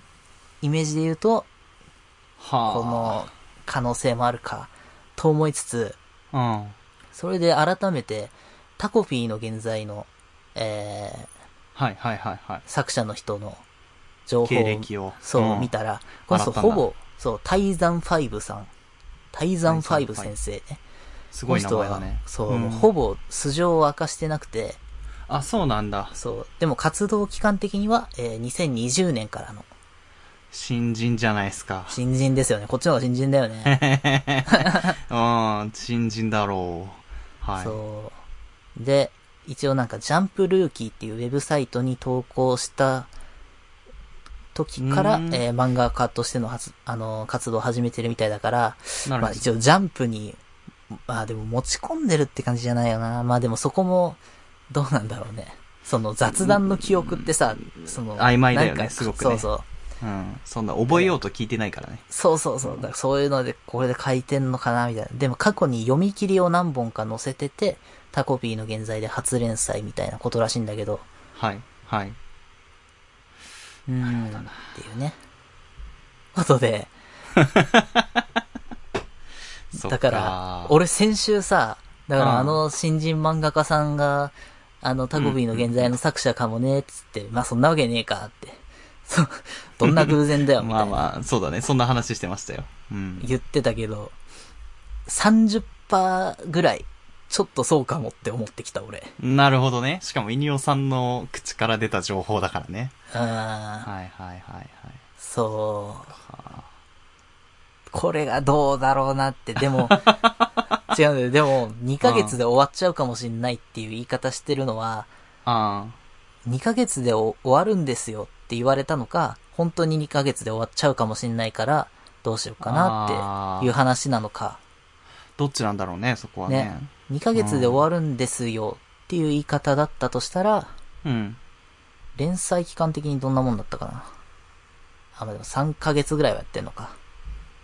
Speaker 2: イメージで言うと、こ
Speaker 1: は
Speaker 2: の可能性もあるか、と思いつつ、
Speaker 1: あ。うん。
Speaker 2: それで改めて、タコピーの現在の、えー、
Speaker 1: はいはいはいはい。
Speaker 2: 作者の人の情報
Speaker 1: 経歴を
Speaker 2: そう、
Speaker 1: うん
Speaker 2: 見たら、この人
Speaker 1: 改め
Speaker 2: ほ
Speaker 1: た
Speaker 2: ぼ、そう、タイザンファイブさん。タイザンファイブ
Speaker 1: タイザン
Speaker 2: 先生ね。
Speaker 1: す
Speaker 2: す
Speaker 1: ごい名前だね。
Speaker 2: そう、
Speaker 1: ん
Speaker 2: ほぼ素性を明かしてなくて、
Speaker 1: あ、そうなんだ。
Speaker 2: そう、でも活動期間的には、えー、2020年からの
Speaker 1: 新人じゃないです か。
Speaker 2: 新人ですよね。こっちの方が新人だよね。
Speaker 1: うん、新人だろう。はい。
Speaker 2: そう。で、一応なんかジャンプルーキーっていうウェブサイトに投稿した時から、
Speaker 1: うん
Speaker 2: えー漫画家としての発あの活動を始めてるみたいだから、
Speaker 1: なるほ
Speaker 2: まあ
Speaker 1: ど。
Speaker 2: 一応ジャンプに、まあでも持ち込んでるって感じじゃないよな。まあでもそこも、どうなんだろうね。その雑談の記憶ってさ、その、
Speaker 1: 曖昧だよね
Speaker 2: なんか
Speaker 1: すごくね
Speaker 2: そうそう。
Speaker 1: うん。そんな、覚えようと聞いてないからね。
Speaker 2: そうそうそう。だからそういうので、これで書いてんのかな、みたいな。でも過去に読み切りを何本か載せてて、タコピーの現在で初連載みたいなことらしいんだけど。
Speaker 1: はい。はい。
Speaker 2: うん。っていうね。ことで、
Speaker 1: そっ
Speaker 2: だから、、俺先週さ、だか
Speaker 1: うん
Speaker 2: らあの新人漫画家さんが、あのタコピーの現在の作者かもね、つって、まあそんなわけねえかって。そう、どんな偶然だよ、みたい
Speaker 1: ま
Speaker 2: な。
Speaker 1: あまあ、そうだね。そんな話してましたよ。うん。
Speaker 2: 言ってたけど、30%ぐらい、ちょっとそうかもって思ってきた、俺。
Speaker 1: なるほどね。しかも、イニオさんの口から出た情報だからね。
Speaker 2: あー
Speaker 1: はいはいはいはい。
Speaker 2: そう。これがどうだろうなって、でも、違うんだよ。でも、2ヶ月で終わっちゃうかもしんないっていう言い方してるのは、
Speaker 1: あ
Speaker 2: 2ヶ月でお終わるんですよって言われたのか、本当に2ヶ月で終わっちゃうかもしんないから、どうしようかなっていう話なの
Speaker 1: あ。
Speaker 2: か。
Speaker 1: どっちなんだろうね、そこはね
Speaker 2: ね。2ヶ月で終わるんですよっていう言い方だったとしたら、
Speaker 1: うん。
Speaker 2: 連載期間的にどんなもんだったかな。あ、まあでも3ヶ月ぐらいはやってんのか。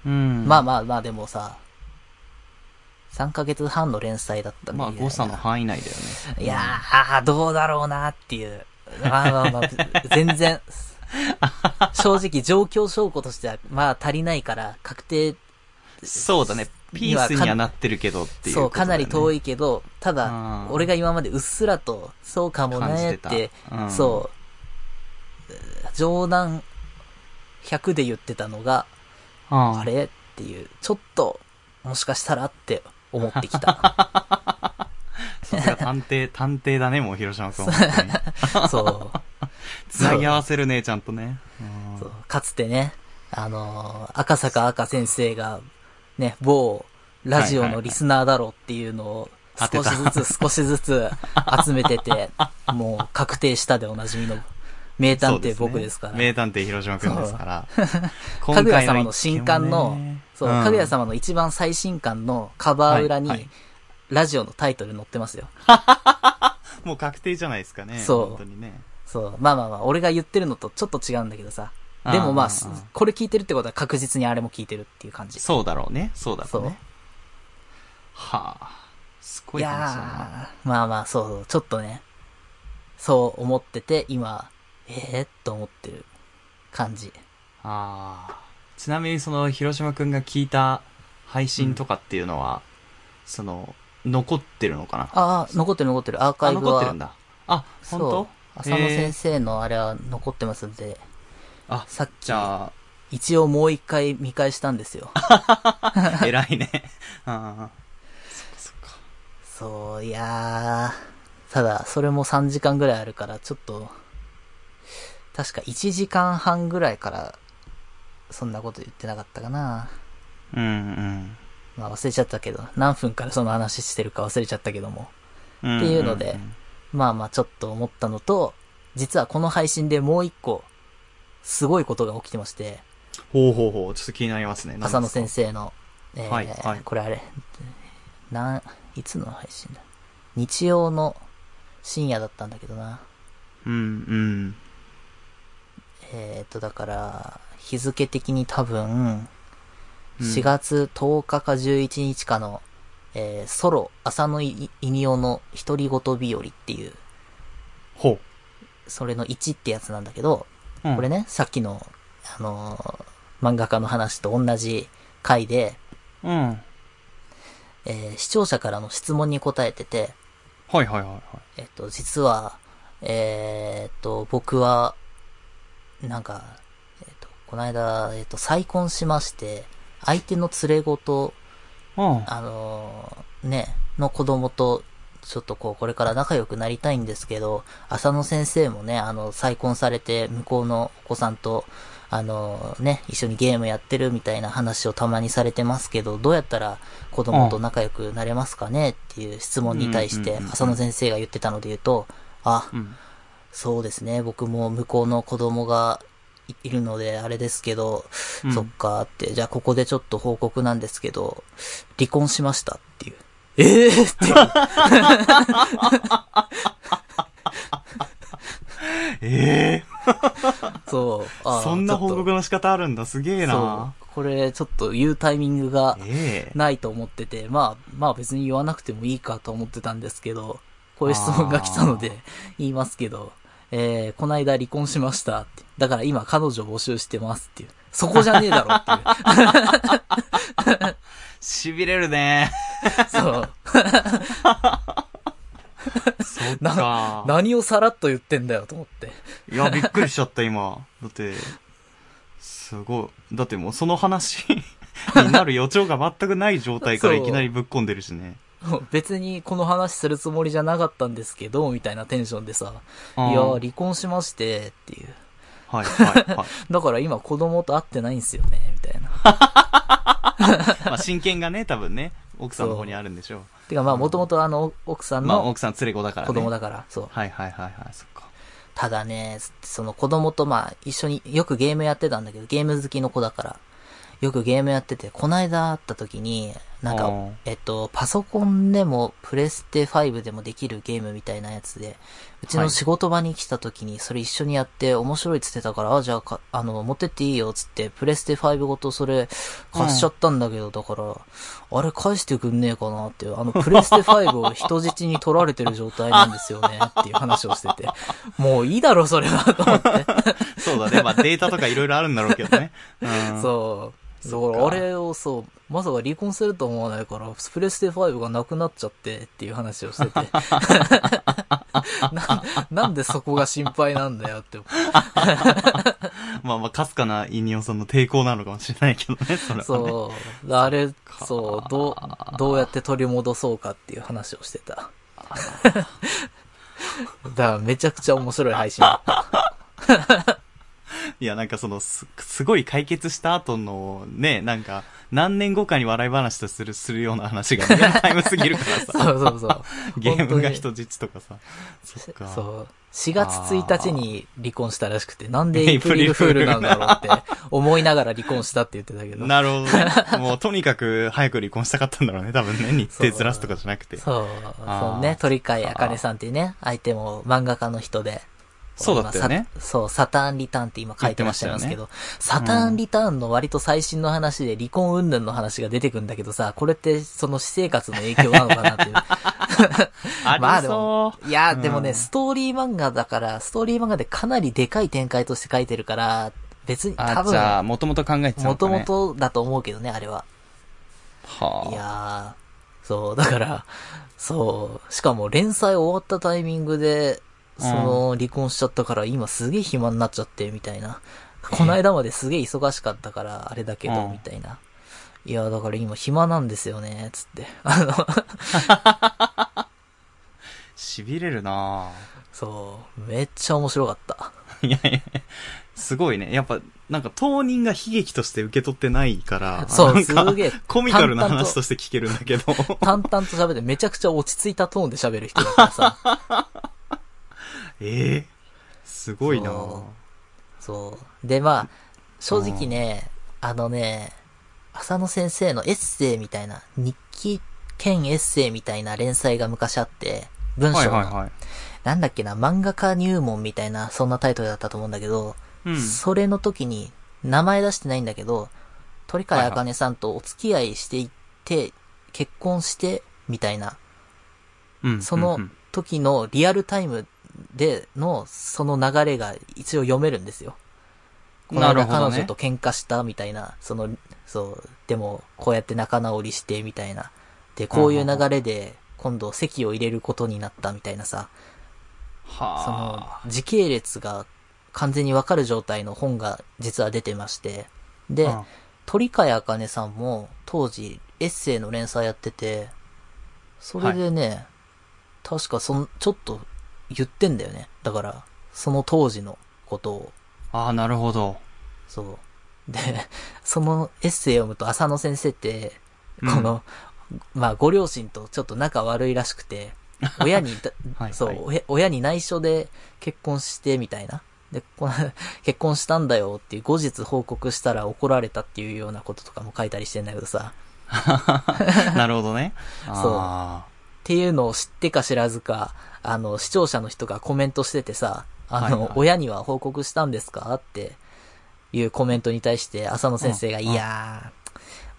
Speaker 1: うん。
Speaker 2: まあ
Speaker 1: ま
Speaker 2: まあまあでもさ、3ヶ月半の連載だった
Speaker 1: あ、
Speaker 2: んで
Speaker 1: 誤差の範囲内だよね。
Speaker 2: いやー、どうだろうなっていう。まあまあ まあ、全然。正直、状況証拠としては、まあ足りないから、確定、
Speaker 1: そうだね。ピースにはなってるけどっていう、
Speaker 2: そう、かなり遠
Speaker 1: い。
Speaker 2: いけど、ただ
Speaker 1: う、ん
Speaker 2: 俺が今までうっすらと、そうかも
Speaker 1: 感じ
Speaker 2: ね
Speaker 1: て
Speaker 2: ったて、
Speaker 1: うん
Speaker 2: そう、冗談100で言ってたのが、
Speaker 1: あ
Speaker 2: あれっていう、ちょっと、もしかしたらって思ってきた。
Speaker 1: さすが探 偵、探偵だね、もう、広島くん。本当に
Speaker 2: そう。
Speaker 1: つなぎ合わせるね、ちゃんとね。うん
Speaker 2: そうかつてね、あのー赤坂赤先生が、ね、某ラジオのリスナーだろうっていうのを、
Speaker 1: はいはい
Speaker 2: 少
Speaker 1: はい
Speaker 2: しずつ少しずつ集めてて、もう確定したでおなじみの名探偵僕ですから。
Speaker 1: 名探偵広島くんですから。
Speaker 2: か
Speaker 1: 今
Speaker 2: ぐや
Speaker 1: 回一件も
Speaker 2: 様
Speaker 1: ね
Speaker 2: の新刊の、そう、かぐや。様の一番最新刊のカバー裏に、
Speaker 1: はいはい
Speaker 2: ラジオのタイトル載ってますよ。
Speaker 1: んもう確定じゃないですかね。
Speaker 2: そう
Speaker 1: 本当にね。
Speaker 2: そう。まあまあまあ、俺が言ってるのとちょっと違うんだけどさ。
Speaker 1: あー
Speaker 2: でもまあ、
Speaker 1: あー
Speaker 2: これ聞いてるってことは確実にあれも聞いてるっていう感じ。
Speaker 1: そうだろうね。そうだろ
Speaker 2: そうう
Speaker 1: ね。。はあ。すご
Speaker 2: い
Speaker 1: い
Speaker 2: や
Speaker 1: 話だな。
Speaker 2: ーまあまあ、そうそう、ちょっとね、そう思ってて、今、えー、と思ってる感じ。
Speaker 1: ああ。ちなみにその、広島くんが聞いた配信とかっていうのは、その、残ってるのかな
Speaker 2: ああ、残ってる残ってる、アーカ
Speaker 1: あ、
Speaker 2: イブは。
Speaker 1: 残ってるんだ。あ、本
Speaker 2: そう
Speaker 1: 当。
Speaker 2: 浅野
Speaker 1: 生。
Speaker 2: 先生のあれは残ってますんで、
Speaker 1: あ、
Speaker 2: さっき
Speaker 1: じ、ゃ
Speaker 2: 一応もう一回見返したんですよ。
Speaker 1: あ、偉 いね。ああ。そっか
Speaker 2: そう、いやー、ただ、それも3時間ぐらいあるから、ちょっと、確か1時間半ぐらいから、そんなこと言ってなかったかな。
Speaker 1: そっか。うん
Speaker 2: まあ忘れちゃったけど、何分からその話してるか忘れちゃったけども。
Speaker 1: うん。
Speaker 2: っていうのでまあまあちょっと思ったのと、実はこの配信でもう一個、すごいことが起きてまして、
Speaker 1: ほうほうほう、ちょっと気になりますね。
Speaker 2: 浅野先
Speaker 1: 生。
Speaker 2: 生の、えー
Speaker 1: はいはい
Speaker 2: これあれ、なん、いつの配信だ日曜の深夜だったんだけどな。
Speaker 1: うん、うん。
Speaker 2: えっ、と、だから、日付的に多分、
Speaker 1: うん
Speaker 2: 4月10日か11日かの、えーソロ、浅野いいにおの独り言日和っていう、
Speaker 1: ほ
Speaker 2: それの1ってやつなんだけど、
Speaker 1: う。うん
Speaker 2: これ。ね、さっきの、あのー漫画家の話と同じ回で、
Speaker 1: うん。はい
Speaker 2: えー視聴者からの質問に答えてて、
Speaker 1: はいはいはい。
Speaker 2: えっと、実は、えーっと、僕は、なんか、えっと、この間、えっと、再婚しまして、相手の連れ子と、
Speaker 1: うん。
Speaker 2: あのーね、の子供と、ちょっとこう、これから仲良くなりたいんですけど、浅野先生もね、あの、再婚されて、向こうのお子さんと、あのね、一緒にゲームやってるみたいな話をたまにされてますけど、どうやったら子供と仲良くなれますかねっていう質問に対し
Speaker 1: うん
Speaker 2: て
Speaker 1: うんうんう、ん
Speaker 2: 浅野先生が言ってたので言うと、あ、
Speaker 1: うん。
Speaker 2: そうですね、僕も向こうの子供がいいるので、あれですけど、
Speaker 1: うん
Speaker 2: そっかって、じゃあここでちょっと報告なんですけど、離婚しましたっていう。ええっていう。
Speaker 1: ええ
Speaker 2: そう。あー
Speaker 1: そんな報
Speaker 2: ちょ
Speaker 1: 告
Speaker 2: っ
Speaker 1: の仕方あるんだ。すげえ
Speaker 2: と
Speaker 1: な。
Speaker 2: そう。これ、ちょっと言うタイミングが
Speaker 1: ええ
Speaker 2: ないと思ってて、まあ、まあ別に言わなくてもいいかと思ってたんですけど、こういう質問が来たの
Speaker 1: あ
Speaker 2: で、言いますけど、えー、こないだ離婚しましたって。だから今彼女募集してますっていう。そこじゃねえだろっていう。
Speaker 1: 痺れる ね。
Speaker 2: そう。
Speaker 1: そっか。
Speaker 2: 何をさらっと言ってんだよと思って。
Speaker 1: いや、びっくりしちゃった、今。だって、すごい。だってもうその話 になる予兆が全くない状態から
Speaker 2: そう
Speaker 1: いきなりぶっ込んでるしね。
Speaker 2: もう別にこの話するつもりじゃなかったんですけど、みたいなテンションでさ、いや、
Speaker 1: うん
Speaker 2: 離婚しまして、っていう。
Speaker 1: はい、はい、はい。
Speaker 2: だから今子供と会ってないんですよね、みたいな。
Speaker 1: まあ、真剣がね、多分ね、奥さんの方にあるんでしょ
Speaker 2: てかまあ、もともとあの、奥さ
Speaker 1: う。
Speaker 2: ん
Speaker 1: まあ、
Speaker 2: の
Speaker 1: 奥さん連れ子だからね。
Speaker 2: 子供だから、そう。
Speaker 1: はい、はい、はい、はい、そっか。
Speaker 2: ただね、その子供とまあ、一緒によくゲームやってたんだけど、ゲーム好きの子だから。よくゲームやってて、こないだ会った時に、なんか
Speaker 1: うん、
Speaker 2: えっと、パソコンでも、プレステ5でもできるゲームみたいなやつで、うち
Speaker 1: は
Speaker 2: の
Speaker 1: い
Speaker 2: 仕事場に来た時に、それ一緒にやって、面白いっつってたから、あ、じゃあか、あの、持ってっていいよっつって、プレステ5ごとそれ、貸しちゃったんだけど、だから、あれ返してくんねえかなっていう、あの、プレステ5を人質に取られてる状態なんですよ ね、っていう話をしてて、もういいだろ、それは、と思って。
Speaker 1: そうだね。まあ、データとかいろいろあるんだろうけどね。うん。
Speaker 2: そう。だ
Speaker 1: そ
Speaker 2: か
Speaker 1: っ
Speaker 2: ら、
Speaker 1: か
Speaker 2: あれをそう、まさか離婚すると思わないから、プレステ5がなくなっちゃってっていう話をして て。ななんでそこが心配なんだよって。
Speaker 1: まあまあ、かすかなイニオンさんの抵抗なのかもしれないけどね、それは、ね。
Speaker 2: そう。あれ、そう、どう、どうやって取り戻そうかっていう話をし てた。だからめちゃくちゃ面白い配信だった。
Speaker 1: いや、なんかその、す、すごい解決した後の、ね、なんか、何年後かに笑い話とする、するような話がリアル タイムすぎるから さ。
Speaker 2: そうそうそう。
Speaker 1: ゲームが
Speaker 2: 本当に
Speaker 1: 人質とかさ。そっか。
Speaker 2: そう。4月1日に離婚したらしくて、なんで
Speaker 1: エ
Speaker 2: エ
Speaker 1: イ
Speaker 2: イプ
Speaker 1: プリ
Speaker 2: リル
Speaker 1: ル
Speaker 2: フ
Speaker 1: フー
Speaker 2: ール
Speaker 1: ル
Speaker 2: な
Speaker 1: なんん
Speaker 2: だ
Speaker 1: だ
Speaker 2: ろ
Speaker 1: ろ
Speaker 2: うって思いながら離婚したって言ってたけど。
Speaker 1: なるほどね。もう、とにかく早く離婚したかったんだろうね、多分ね。日程ずらすとかじゃなくて。
Speaker 2: そう。
Speaker 1: あー
Speaker 2: そうね、鳥飼あかねさんっていうね、相手も漫画家の人で。
Speaker 1: そうだったよね
Speaker 2: 今さそう、サターンリターンって今書いてらっしゃいますけど、サターンリターンの割と最新の話で離婚云々の話が出てくんだけどさ、これってその私生活の影響なのかなっ ていう。
Speaker 1: あり
Speaker 2: で
Speaker 1: そ
Speaker 2: も
Speaker 1: う。、
Speaker 2: いや、
Speaker 1: うん
Speaker 2: でもね、ストーリー漫画だから、ストーリー漫画でかなりでかい展開として書いてるから、別に、多
Speaker 1: あ、じゃあ、
Speaker 2: 分、
Speaker 1: もともと考えてた
Speaker 2: も
Speaker 1: の
Speaker 2: と
Speaker 1: か、ね。
Speaker 2: も。とだと思うけどね、あれは。
Speaker 1: はいあ。
Speaker 2: やー、そう、だから、そう、しかも連載終わったタイミングで、その、離婚しちゃったから、今すげえ暇になっちゃって、みたいな。こないだまですげえ忙しかったから、あれだけど、
Speaker 1: うん
Speaker 2: みたいな。いやー、だから今暇なんですよね、つって。あの、
Speaker 1: 痺れるなぁ。
Speaker 2: そう、めっちゃ面白かった。
Speaker 1: いやいや、すごいね。やっぱ、なんか当人が悲劇として受け取ってないから、
Speaker 2: そう
Speaker 1: なんか
Speaker 2: すげえ
Speaker 1: コミカルな
Speaker 2: 淡々と
Speaker 1: 話として聞けるんだけど。
Speaker 2: 淡々と喋って、めちゃくちゃ落ち着いたトーンで喋る人だからさ。
Speaker 1: ええすごいな
Speaker 2: そうそう。で、まあ、正直ね、あのね、浅野先生のエッセイみたいな、日記兼エッセイみたいな連載が昔あって、文章の、
Speaker 1: い。
Speaker 2: なんだっけな、漫画家入門みたいな、そんなタイトルだったと思うんだけど、
Speaker 1: うん。
Speaker 2: それの時に、名前出してないんだけど、鳥飼あかねさんとお付き合いしていって、結婚して、みたいな、
Speaker 1: うん
Speaker 2: そ
Speaker 1: うんう
Speaker 2: の
Speaker 1: ん
Speaker 2: 時のリアルタイムでのその流れが一応読めるんですよ。この
Speaker 1: なる
Speaker 2: 間
Speaker 1: ほど
Speaker 2: 彼
Speaker 1: ね
Speaker 2: 女と喧嘩したみたいな、その、そう、でもこうやって仲直りしてみたいな。で、こういう流れで今度席を入れることになったみたいなさ、その
Speaker 1: はあ。
Speaker 2: 時系列が完全にわかる状態の本が実は出てまして、で、
Speaker 1: うん
Speaker 2: 鳥飼あかねさんも当時エッセイの連載やってて、それでね、確かその、ちょっと言ってんだよね。だから、その当時のことを。
Speaker 1: ああ、なるほど。
Speaker 2: そう。で、 そのエッセイ読むと浅野先生って、
Speaker 1: うん
Speaker 2: この、まあ、ご両親とちょっと仲悪いらしく て、親にだ
Speaker 1: はい
Speaker 2: そう、親親に内緒で結婚してみたいな。で、この 結婚したんだよっていう後日報告したら怒られたっていうようなこととかも書いたりしてんだけどさ、
Speaker 1: なるほど ね。あ
Speaker 2: っていうのを知ってか知らずか、あの、視聴者の人がコメントしててさ、あの、
Speaker 1: はいはい
Speaker 2: 親には報告したんですかっていうコメントに対して、浅野先生が、
Speaker 1: うん
Speaker 2: いやー、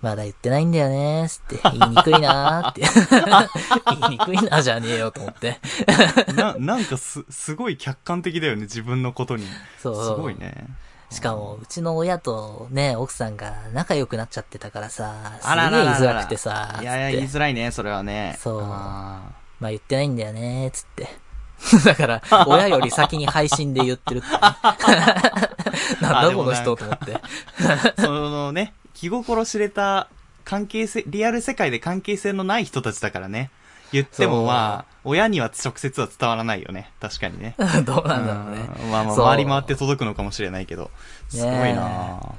Speaker 2: まだ言ってないんだよねー、つって、言いにくいなー って。言いにくいなじゃねえよ、と思って。
Speaker 1: ーな、 なんかす、すごい客観的だよね、自分のことに。
Speaker 2: そう。
Speaker 1: すごいね。
Speaker 2: しかも、うちの親とね、奥さんが仲良くなっちゃってたからさ、すげえ
Speaker 1: あららら
Speaker 2: 言い
Speaker 1: ら
Speaker 2: づらくてさ、
Speaker 1: い
Speaker 2: つっ
Speaker 1: やいや、
Speaker 2: て
Speaker 1: 言いづらいね、それはね。
Speaker 2: そう
Speaker 1: あ
Speaker 2: まあ言ってないんだよね、つって。 だから、親より先に配信で言って るってね、なん
Speaker 1: あ
Speaker 2: だ
Speaker 1: で
Speaker 2: こ
Speaker 1: も
Speaker 2: の
Speaker 1: なんか
Speaker 2: 人と思って。
Speaker 1: ーそのね、気心知れた関係性、リアル世界で関係性のない人たちだからね。言って
Speaker 2: そう
Speaker 1: もまあ、親には直接は伝わらないよね。確かにね。
Speaker 2: どうなんだろうね。
Speaker 1: うんまあまあ、
Speaker 2: そう
Speaker 1: 回り回って届くのかもしれないけど。すごい
Speaker 2: ねえ
Speaker 1: なあ
Speaker 2: っ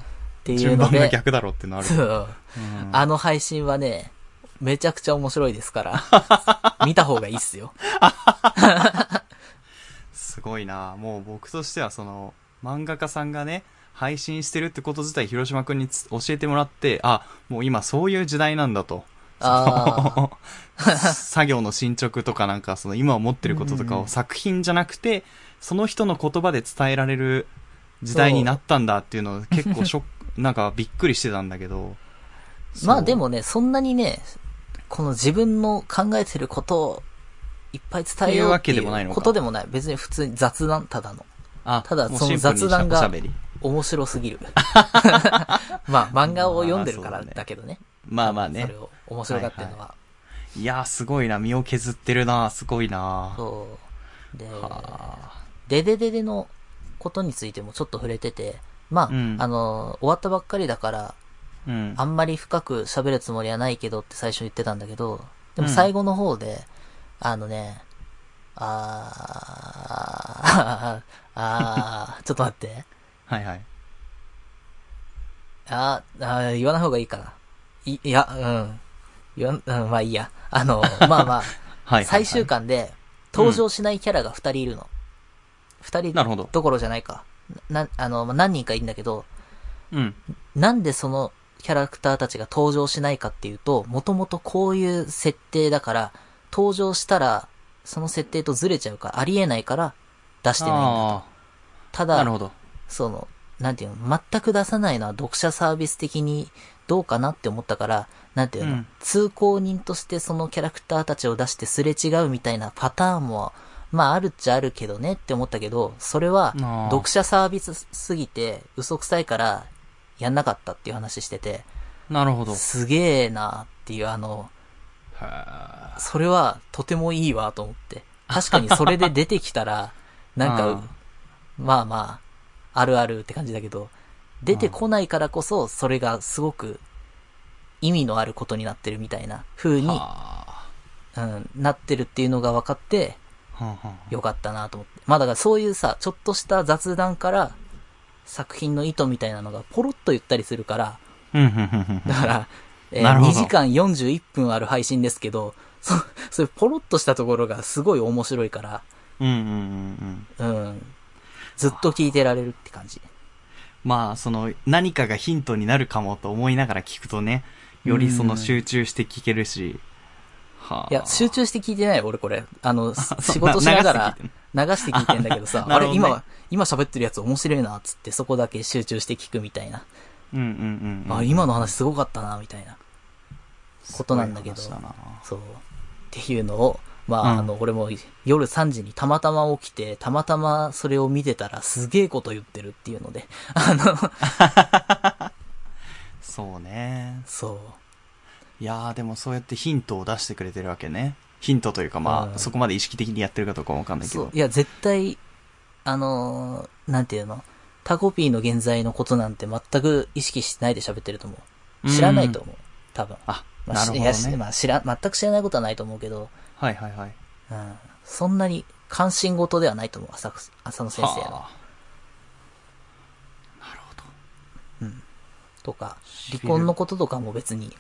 Speaker 2: ていう
Speaker 1: 順
Speaker 2: の
Speaker 1: 番が
Speaker 2: で、
Speaker 1: 逆だろうってなる。
Speaker 2: そう
Speaker 1: うん
Speaker 2: あの配信はね、めちゃくちゃ面白いですから、 見た方がいいっすよ。
Speaker 1: すごいなもう僕としてはその、漫画家さんがね、配信してるってこと自体広島くんにつ教えてもらって、あ、もう今そういう時代なんだと。
Speaker 2: あ
Speaker 1: 作業の進捗とかなんか、その今思ってることとか
Speaker 2: うん
Speaker 1: を作品じゃなくて、その人の言葉で伝えられる時代になったんだっていうのを結構ショッ ク、なんかびっくりしてたんだけど。そう
Speaker 2: まあで、もね、そんなにね、この自分の考えてることをいっぱい伝えようって
Speaker 1: っていうわけでもない
Speaker 2: い
Speaker 1: の
Speaker 2: う
Speaker 1: か
Speaker 2: ことでもない。別に普通に雑談、ただの。
Speaker 1: あ
Speaker 2: ただ
Speaker 1: もう
Speaker 2: その
Speaker 1: シンプルに
Speaker 2: 雑談が
Speaker 1: おしゃべり
Speaker 2: 面白す ぎる。まあ漫画を読んでるから
Speaker 1: まあそうだね
Speaker 2: だけどね。
Speaker 1: まあまあ
Speaker 2: そ
Speaker 1: ね
Speaker 2: れ。を面白がってるのは。
Speaker 1: いやー、すごいな。身を削ってるな。すごいな。
Speaker 2: そう。で、
Speaker 1: は
Speaker 2: デデデデのことについてもちょっと触れてて、まあ、
Speaker 1: うん
Speaker 2: あの、終わったばっかりだから、
Speaker 1: あうん。
Speaker 2: あんまり深く喋るつもりはないけどって最初言ってたんだけど、でも
Speaker 1: うん
Speaker 2: 最後の方で、あのね、あー、あー、ちょっと待って。
Speaker 1: はいはい。
Speaker 2: あーあー、言わない方がいいかな。い、いや、うん。言わん、うん、まあいいや。あの、ま
Speaker 1: は
Speaker 2: あまあ、
Speaker 1: いはいはい
Speaker 2: 最終巻で、登場しないキャラが二人いるの。二、
Speaker 1: なるほど
Speaker 2: 人どころじゃないか。な、あの、まあ何人かいるんだけど、
Speaker 1: うん。
Speaker 2: なんでそのキャラクターたちが登場しないかっていうと、もともとこういう設定だから、登場したら、その設定とずれちゃうから、ありえないから、出してないんだ。
Speaker 1: あ
Speaker 2: た
Speaker 1: あー、なる
Speaker 2: だ、
Speaker 1: ほど。
Speaker 2: その、なんていうの、全く出さないのは読者サービス的にどうかなって思ったから、なんていうの、
Speaker 1: うん
Speaker 2: 通行人としてそのキャラクターたちを出してすれ違うみたいなパターンも、まああるっちゃあるけどねって思ったけど、それは
Speaker 1: あー、
Speaker 2: 読者サービスすぎて嘘くさいから、やんなかったっていう話してて、
Speaker 1: なるほど。
Speaker 2: すげえなっていう、あの、
Speaker 1: は
Speaker 2: それはとてもいいわと思って。確かにそれで出てきた ら、なんか、
Speaker 1: うん
Speaker 2: まあまあ、あるあるって感じだけど、出てこないからこそ、それがすごく意味のあることになってるみたいな風に、
Speaker 1: あ
Speaker 2: うん、なってるっていうのが分かって、
Speaker 1: はんはん
Speaker 2: よかったなと思って。まあだからそういうさ、ちょっとした雑談から、作品の意図みたいなのがポロッと言ったりするから、
Speaker 1: うんうんうんうん
Speaker 2: だから、えー
Speaker 1: なるほど
Speaker 2: 2時間41分ある配信ですけど、そ、 そういうポロッとしたところがすごい面白いから、
Speaker 1: うんうんうんうん。
Speaker 2: うん。ずっと聞いてられるって感じ。
Speaker 1: まあ、その、何かがヒントになるかもと思いながら聞くとね、よりその集中して聞けるし。はい
Speaker 2: や、集
Speaker 1: 中
Speaker 2: 中して聞いてないよ俺これ。あの、す
Speaker 1: そう
Speaker 2: 仕事しながら
Speaker 1: 流して、
Speaker 2: 流して聞いてんだけどさ
Speaker 1: な
Speaker 2: あ
Speaker 1: るほ
Speaker 2: れ
Speaker 1: どね
Speaker 2: 今、今喋ってるやつ面白いな、つってそこだけ集中して聞くみたいな。
Speaker 1: うんうんうん。
Speaker 2: あ、今の話すごかったな、みたいな。ことなんだけど
Speaker 1: すごい話だな
Speaker 2: そう。っていうのを、まあ、
Speaker 1: うん
Speaker 2: あの、俺も夜3時にたまたま起きて、たまたまそれを見てたらすげえこと言ってるっていうので、あの、
Speaker 1: そうね。
Speaker 2: そう。
Speaker 1: いやーでもそうやってヒントを出してくれてるわけね。ヒントというかま
Speaker 2: う
Speaker 1: あ、
Speaker 2: ん
Speaker 1: そこまで意識的にやってるかどうかわかんないけ
Speaker 2: そう
Speaker 1: ど。。
Speaker 2: いや、絶対、あのーなんていうのタコピーの現在のことなんて全く意識してないで喋ってると思う。知らないと思う。多分。
Speaker 1: あ、
Speaker 2: まあ
Speaker 1: なるほ
Speaker 2: しい
Speaker 1: ど
Speaker 2: やし
Speaker 1: ね。
Speaker 2: まあ、知ら、全く知らないことはないと思うけど、
Speaker 1: はいはいはい。
Speaker 2: うん。そんなに関心事ではないと思う、浅草浅野先生
Speaker 1: は
Speaker 2: の。
Speaker 1: あなるほど。
Speaker 2: とか、離婚のこととかも別に、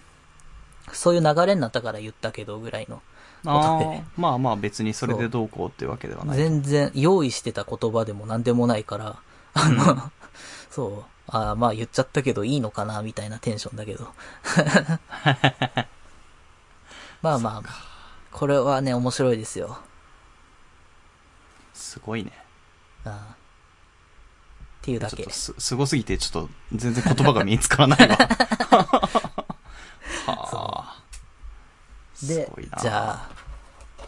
Speaker 2: そういう流れになったから言ったけどぐらいの。
Speaker 1: あ
Speaker 2: ことで
Speaker 1: ーまあまあ別にそれでどうこうっていうわけではない。
Speaker 2: 全然用意してた言葉でも何でもないから、あの、 そう、あーまあ言っちゃったけどいいのかなみたいなテンションだけど。 まあまあ、これはね、面白いですよ。
Speaker 1: すごいね。
Speaker 2: うんっていうだ
Speaker 1: ちょっ
Speaker 2: け
Speaker 1: と。す、すごすぎてちょっと全然言葉が身につからないわ。 はあ。
Speaker 2: です
Speaker 1: ごいな、
Speaker 2: じゃあ、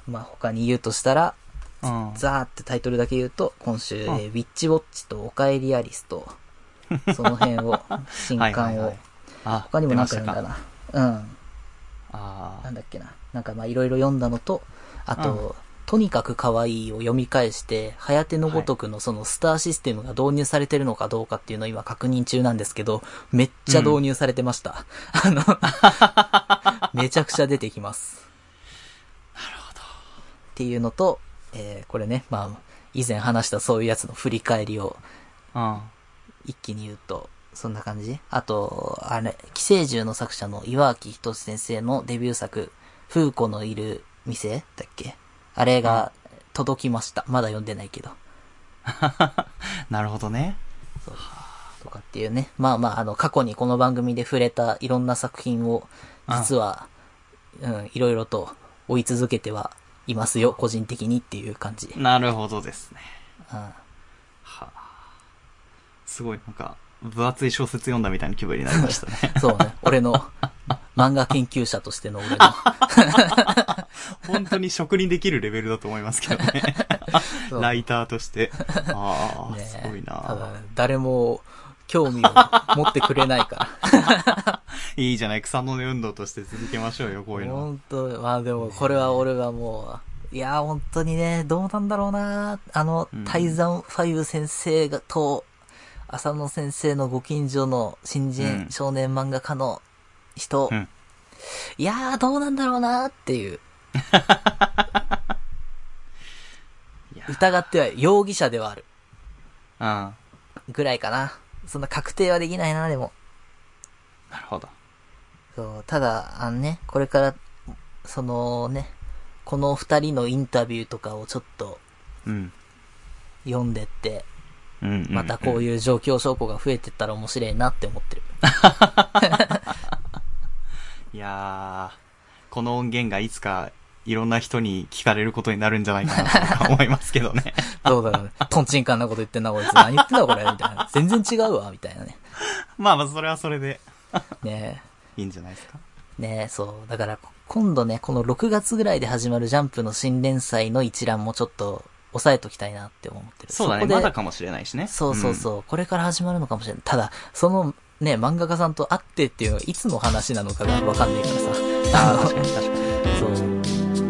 Speaker 2: まあ他に言うとしたら、
Speaker 1: うん。
Speaker 2: ザーってタイトルだけ言うと、今週、え
Speaker 1: うん
Speaker 2: ーウィッチウォッチとおかえりアリスと、その辺 を、新
Speaker 1: は
Speaker 2: 刊
Speaker 1: いはいは
Speaker 2: を
Speaker 1: い、あ、
Speaker 2: 他にも
Speaker 1: 出
Speaker 2: なん
Speaker 1: まし
Speaker 2: か読
Speaker 1: た
Speaker 2: んだ
Speaker 1: か。
Speaker 2: な。うん。
Speaker 1: あ
Speaker 2: な
Speaker 1: あ
Speaker 2: ん。だっけな。なんかまあいろいろ読んだのと、あと、とにかく可愛いを読み返して、早手のごとくのそのスターシステムが導入されてるのかどうかっていうのを今確認中なんですけど、めっちゃ導入されてました。あの、 めちゃくちゃ出てきます。なるほど。っていうのと、えーこれね、まあ、以前話したそういうやつの振り返りを
Speaker 1: うん。
Speaker 2: 一気に言うと、そんな感じあと、あれ、寄生獣の作者の岩木仁先生のデビュー作、風子のいる店だっけあれが届きました。まだ読んでないけど。
Speaker 1: なるほどね。
Speaker 2: とかっていうね。まあまあ、あの、過去にこの番組で触れたいろんな作品を、実は、うん、いろいろと追い続けてはいますよ、個人的にっていう感じ。うん。
Speaker 1: なるほどですね。
Speaker 2: あ
Speaker 1: はあ。すごい、なんか、分厚い小説読んだみたいな気分になりましたね。
Speaker 2: そうね、俺の、漫画研究者としての俺の、
Speaker 1: 本当に職にできるレベルだと思いますけどね。
Speaker 2: そう
Speaker 1: ライターとして。ああ、
Speaker 2: ね
Speaker 1: すごい
Speaker 2: ただ
Speaker 1: な。、
Speaker 2: 誰も興味を持ってくれない か
Speaker 1: いいじゃない、草の根運動として続けましょうよ、こうい
Speaker 2: ら。
Speaker 1: うの。
Speaker 2: 本当まあでも、これは俺はもう、いや、本当にね、どうなんだろうな。あの
Speaker 1: うん、
Speaker 2: タイザンファイブ先生がと、浅野先生のご近所の新
Speaker 1: うん
Speaker 2: 人少年漫画家の人、
Speaker 1: うん
Speaker 2: いやー、どうなんだろうなっ ていう。
Speaker 1: いや
Speaker 2: 疑っては、容疑者ではある。
Speaker 1: うん。な
Speaker 2: ぐらいかな。そんな確定はできないな、でも。
Speaker 1: るほど。
Speaker 2: そう、ただ、あのね、これから、そのね、この二人のインタビューとかをちょっと
Speaker 1: うん。
Speaker 2: 読んでって、
Speaker 1: うんうん、うん。
Speaker 2: またこういう状況証拠が増えてったら面白いなって思ってる。
Speaker 1: いやー、この音源がいつかいろんな人に聞かれることになるんじゃないかなと思いますけど ね。
Speaker 2: どうだろうね。トンチンカンなこと言ってんな、こいつ。何言ってんだ、これ。みたいな。全然違うわ、みたいなね。
Speaker 1: まあまあ、それはそれで
Speaker 2: ね
Speaker 1: いいんじゃないですか。
Speaker 2: え。ねえ、そう。だから、今度ね、この6月ぐらいで始まるジャンプの新連載の一覧もちょっと、押さえときたいなって思ってる。
Speaker 1: そうだね、
Speaker 2: こで
Speaker 1: まだかもしれないしね。
Speaker 2: そうそうそう、これから始まるのかもしれない。ただ、そのね、漫画家さんと会ってっていうのはいつの話なのかがわかんないからさ。
Speaker 1: うん。ああ、確かに確かに。
Speaker 2: そう。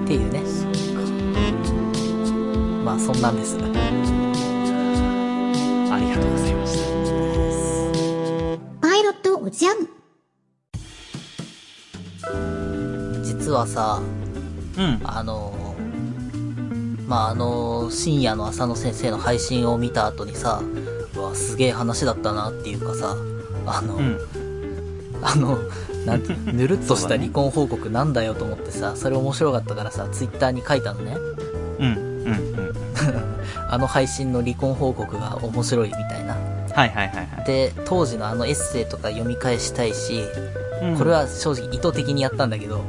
Speaker 2: っていうね。まあ、そんなんです。
Speaker 1: ありがとうございました。
Speaker 3: パイロットおじゃん
Speaker 2: 実はさ、
Speaker 1: うん。
Speaker 2: あのーまあ、あのー深夜の浅野先生の配信を見た後にさ、うわ、すげえ話だったなっていうかさ、あの、
Speaker 1: うん。
Speaker 2: あの、な んて、ぬるっとした離婚報告なんだよと思ってさ、それ面白かったからさ、ツイッターに書いたのね。
Speaker 1: うん。うん。うん。
Speaker 2: あの配信の離婚報告が面白いみたいな。
Speaker 1: はいはいはいは
Speaker 2: で、当時のあのエッセイとか読み返したいし、
Speaker 1: い。うん
Speaker 2: これ、は正直意図的にやったんだけど、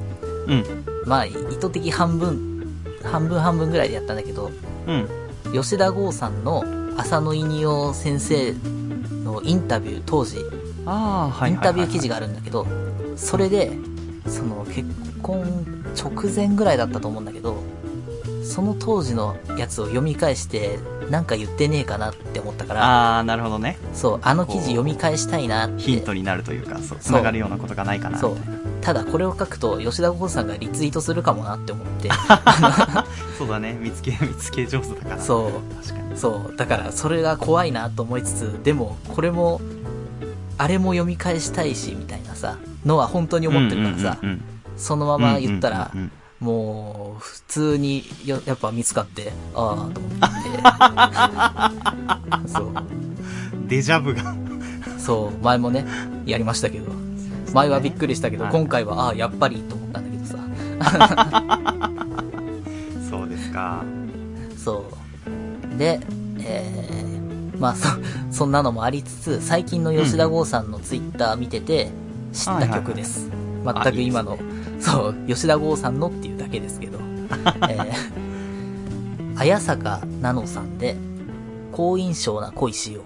Speaker 1: うん。
Speaker 2: まあ意図的半分、半分半分ぐらいでやったんだけど、
Speaker 1: うん。
Speaker 2: 吉田剛さんの浅野稲夫先生のインタビュー当時、
Speaker 1: ああ、はいはいはいはい。
Speaker 2: インタビュー記事があるんだけど、それで、その結婚直前ぐらいだったと思うんだけど、その当時のやつを読み返して、なんか言ってねえかなって思ったから、
Speaker 1: ああ、なるほどね。
Speaker 2: そう、あの記事読み返したいなって。
Speaker 1: ヒントになるというか、そう、
Speaker 2: そう
Speaker 1: 繋がるようなことがないかな、みた
Speaker 2: そ
Speaker 1: いうな。。
Speaker 2: ただこれを書くと、吉田剛さんがリツイートするかもなって 思って。
Speaker 1: そうだね、見つけ、 見つけ上手だから。う。
Speaker 2: そ
Speaker 1: 確かに
Speaker 2: う。。そう。だから、それが怖いなと思いつつ、でも、これも、あれも読み返したいし、みたいなさ、のは本当に思ってるからさ、
Speaker 1: うんうんうん
Speaker 2: そのま
Speaker 1: うん、
Speaker 2: ま言ったら
Speaker 1: うん、うんうん
Speaker 2: もう、普通によ、やっぱ見つかって、ああ、と思って。そう。
Speaker 1: デジャブが。
Speaker 2: そう、前もね、いやりましたけど。前はびっくりしたけど、
Speaker 1: はい
Speaker 2: 今回は、ああ、やっぱりと思ったんだけどさ。
Speaker 1: そうですか。
Speaker 2: そう。で、えー、まあそ、 そんなのもありつつ、最近の吉田剛さんのツイッター見てて、知った曲です。
Speaker 1: はい
Speaker 2: 全く今の
Speaker 1: あいい
Speaker 2: そう、吉田剛さんのっていうだけですけ ど。えー、綾坂奈々さんで、好印象な恋しよう。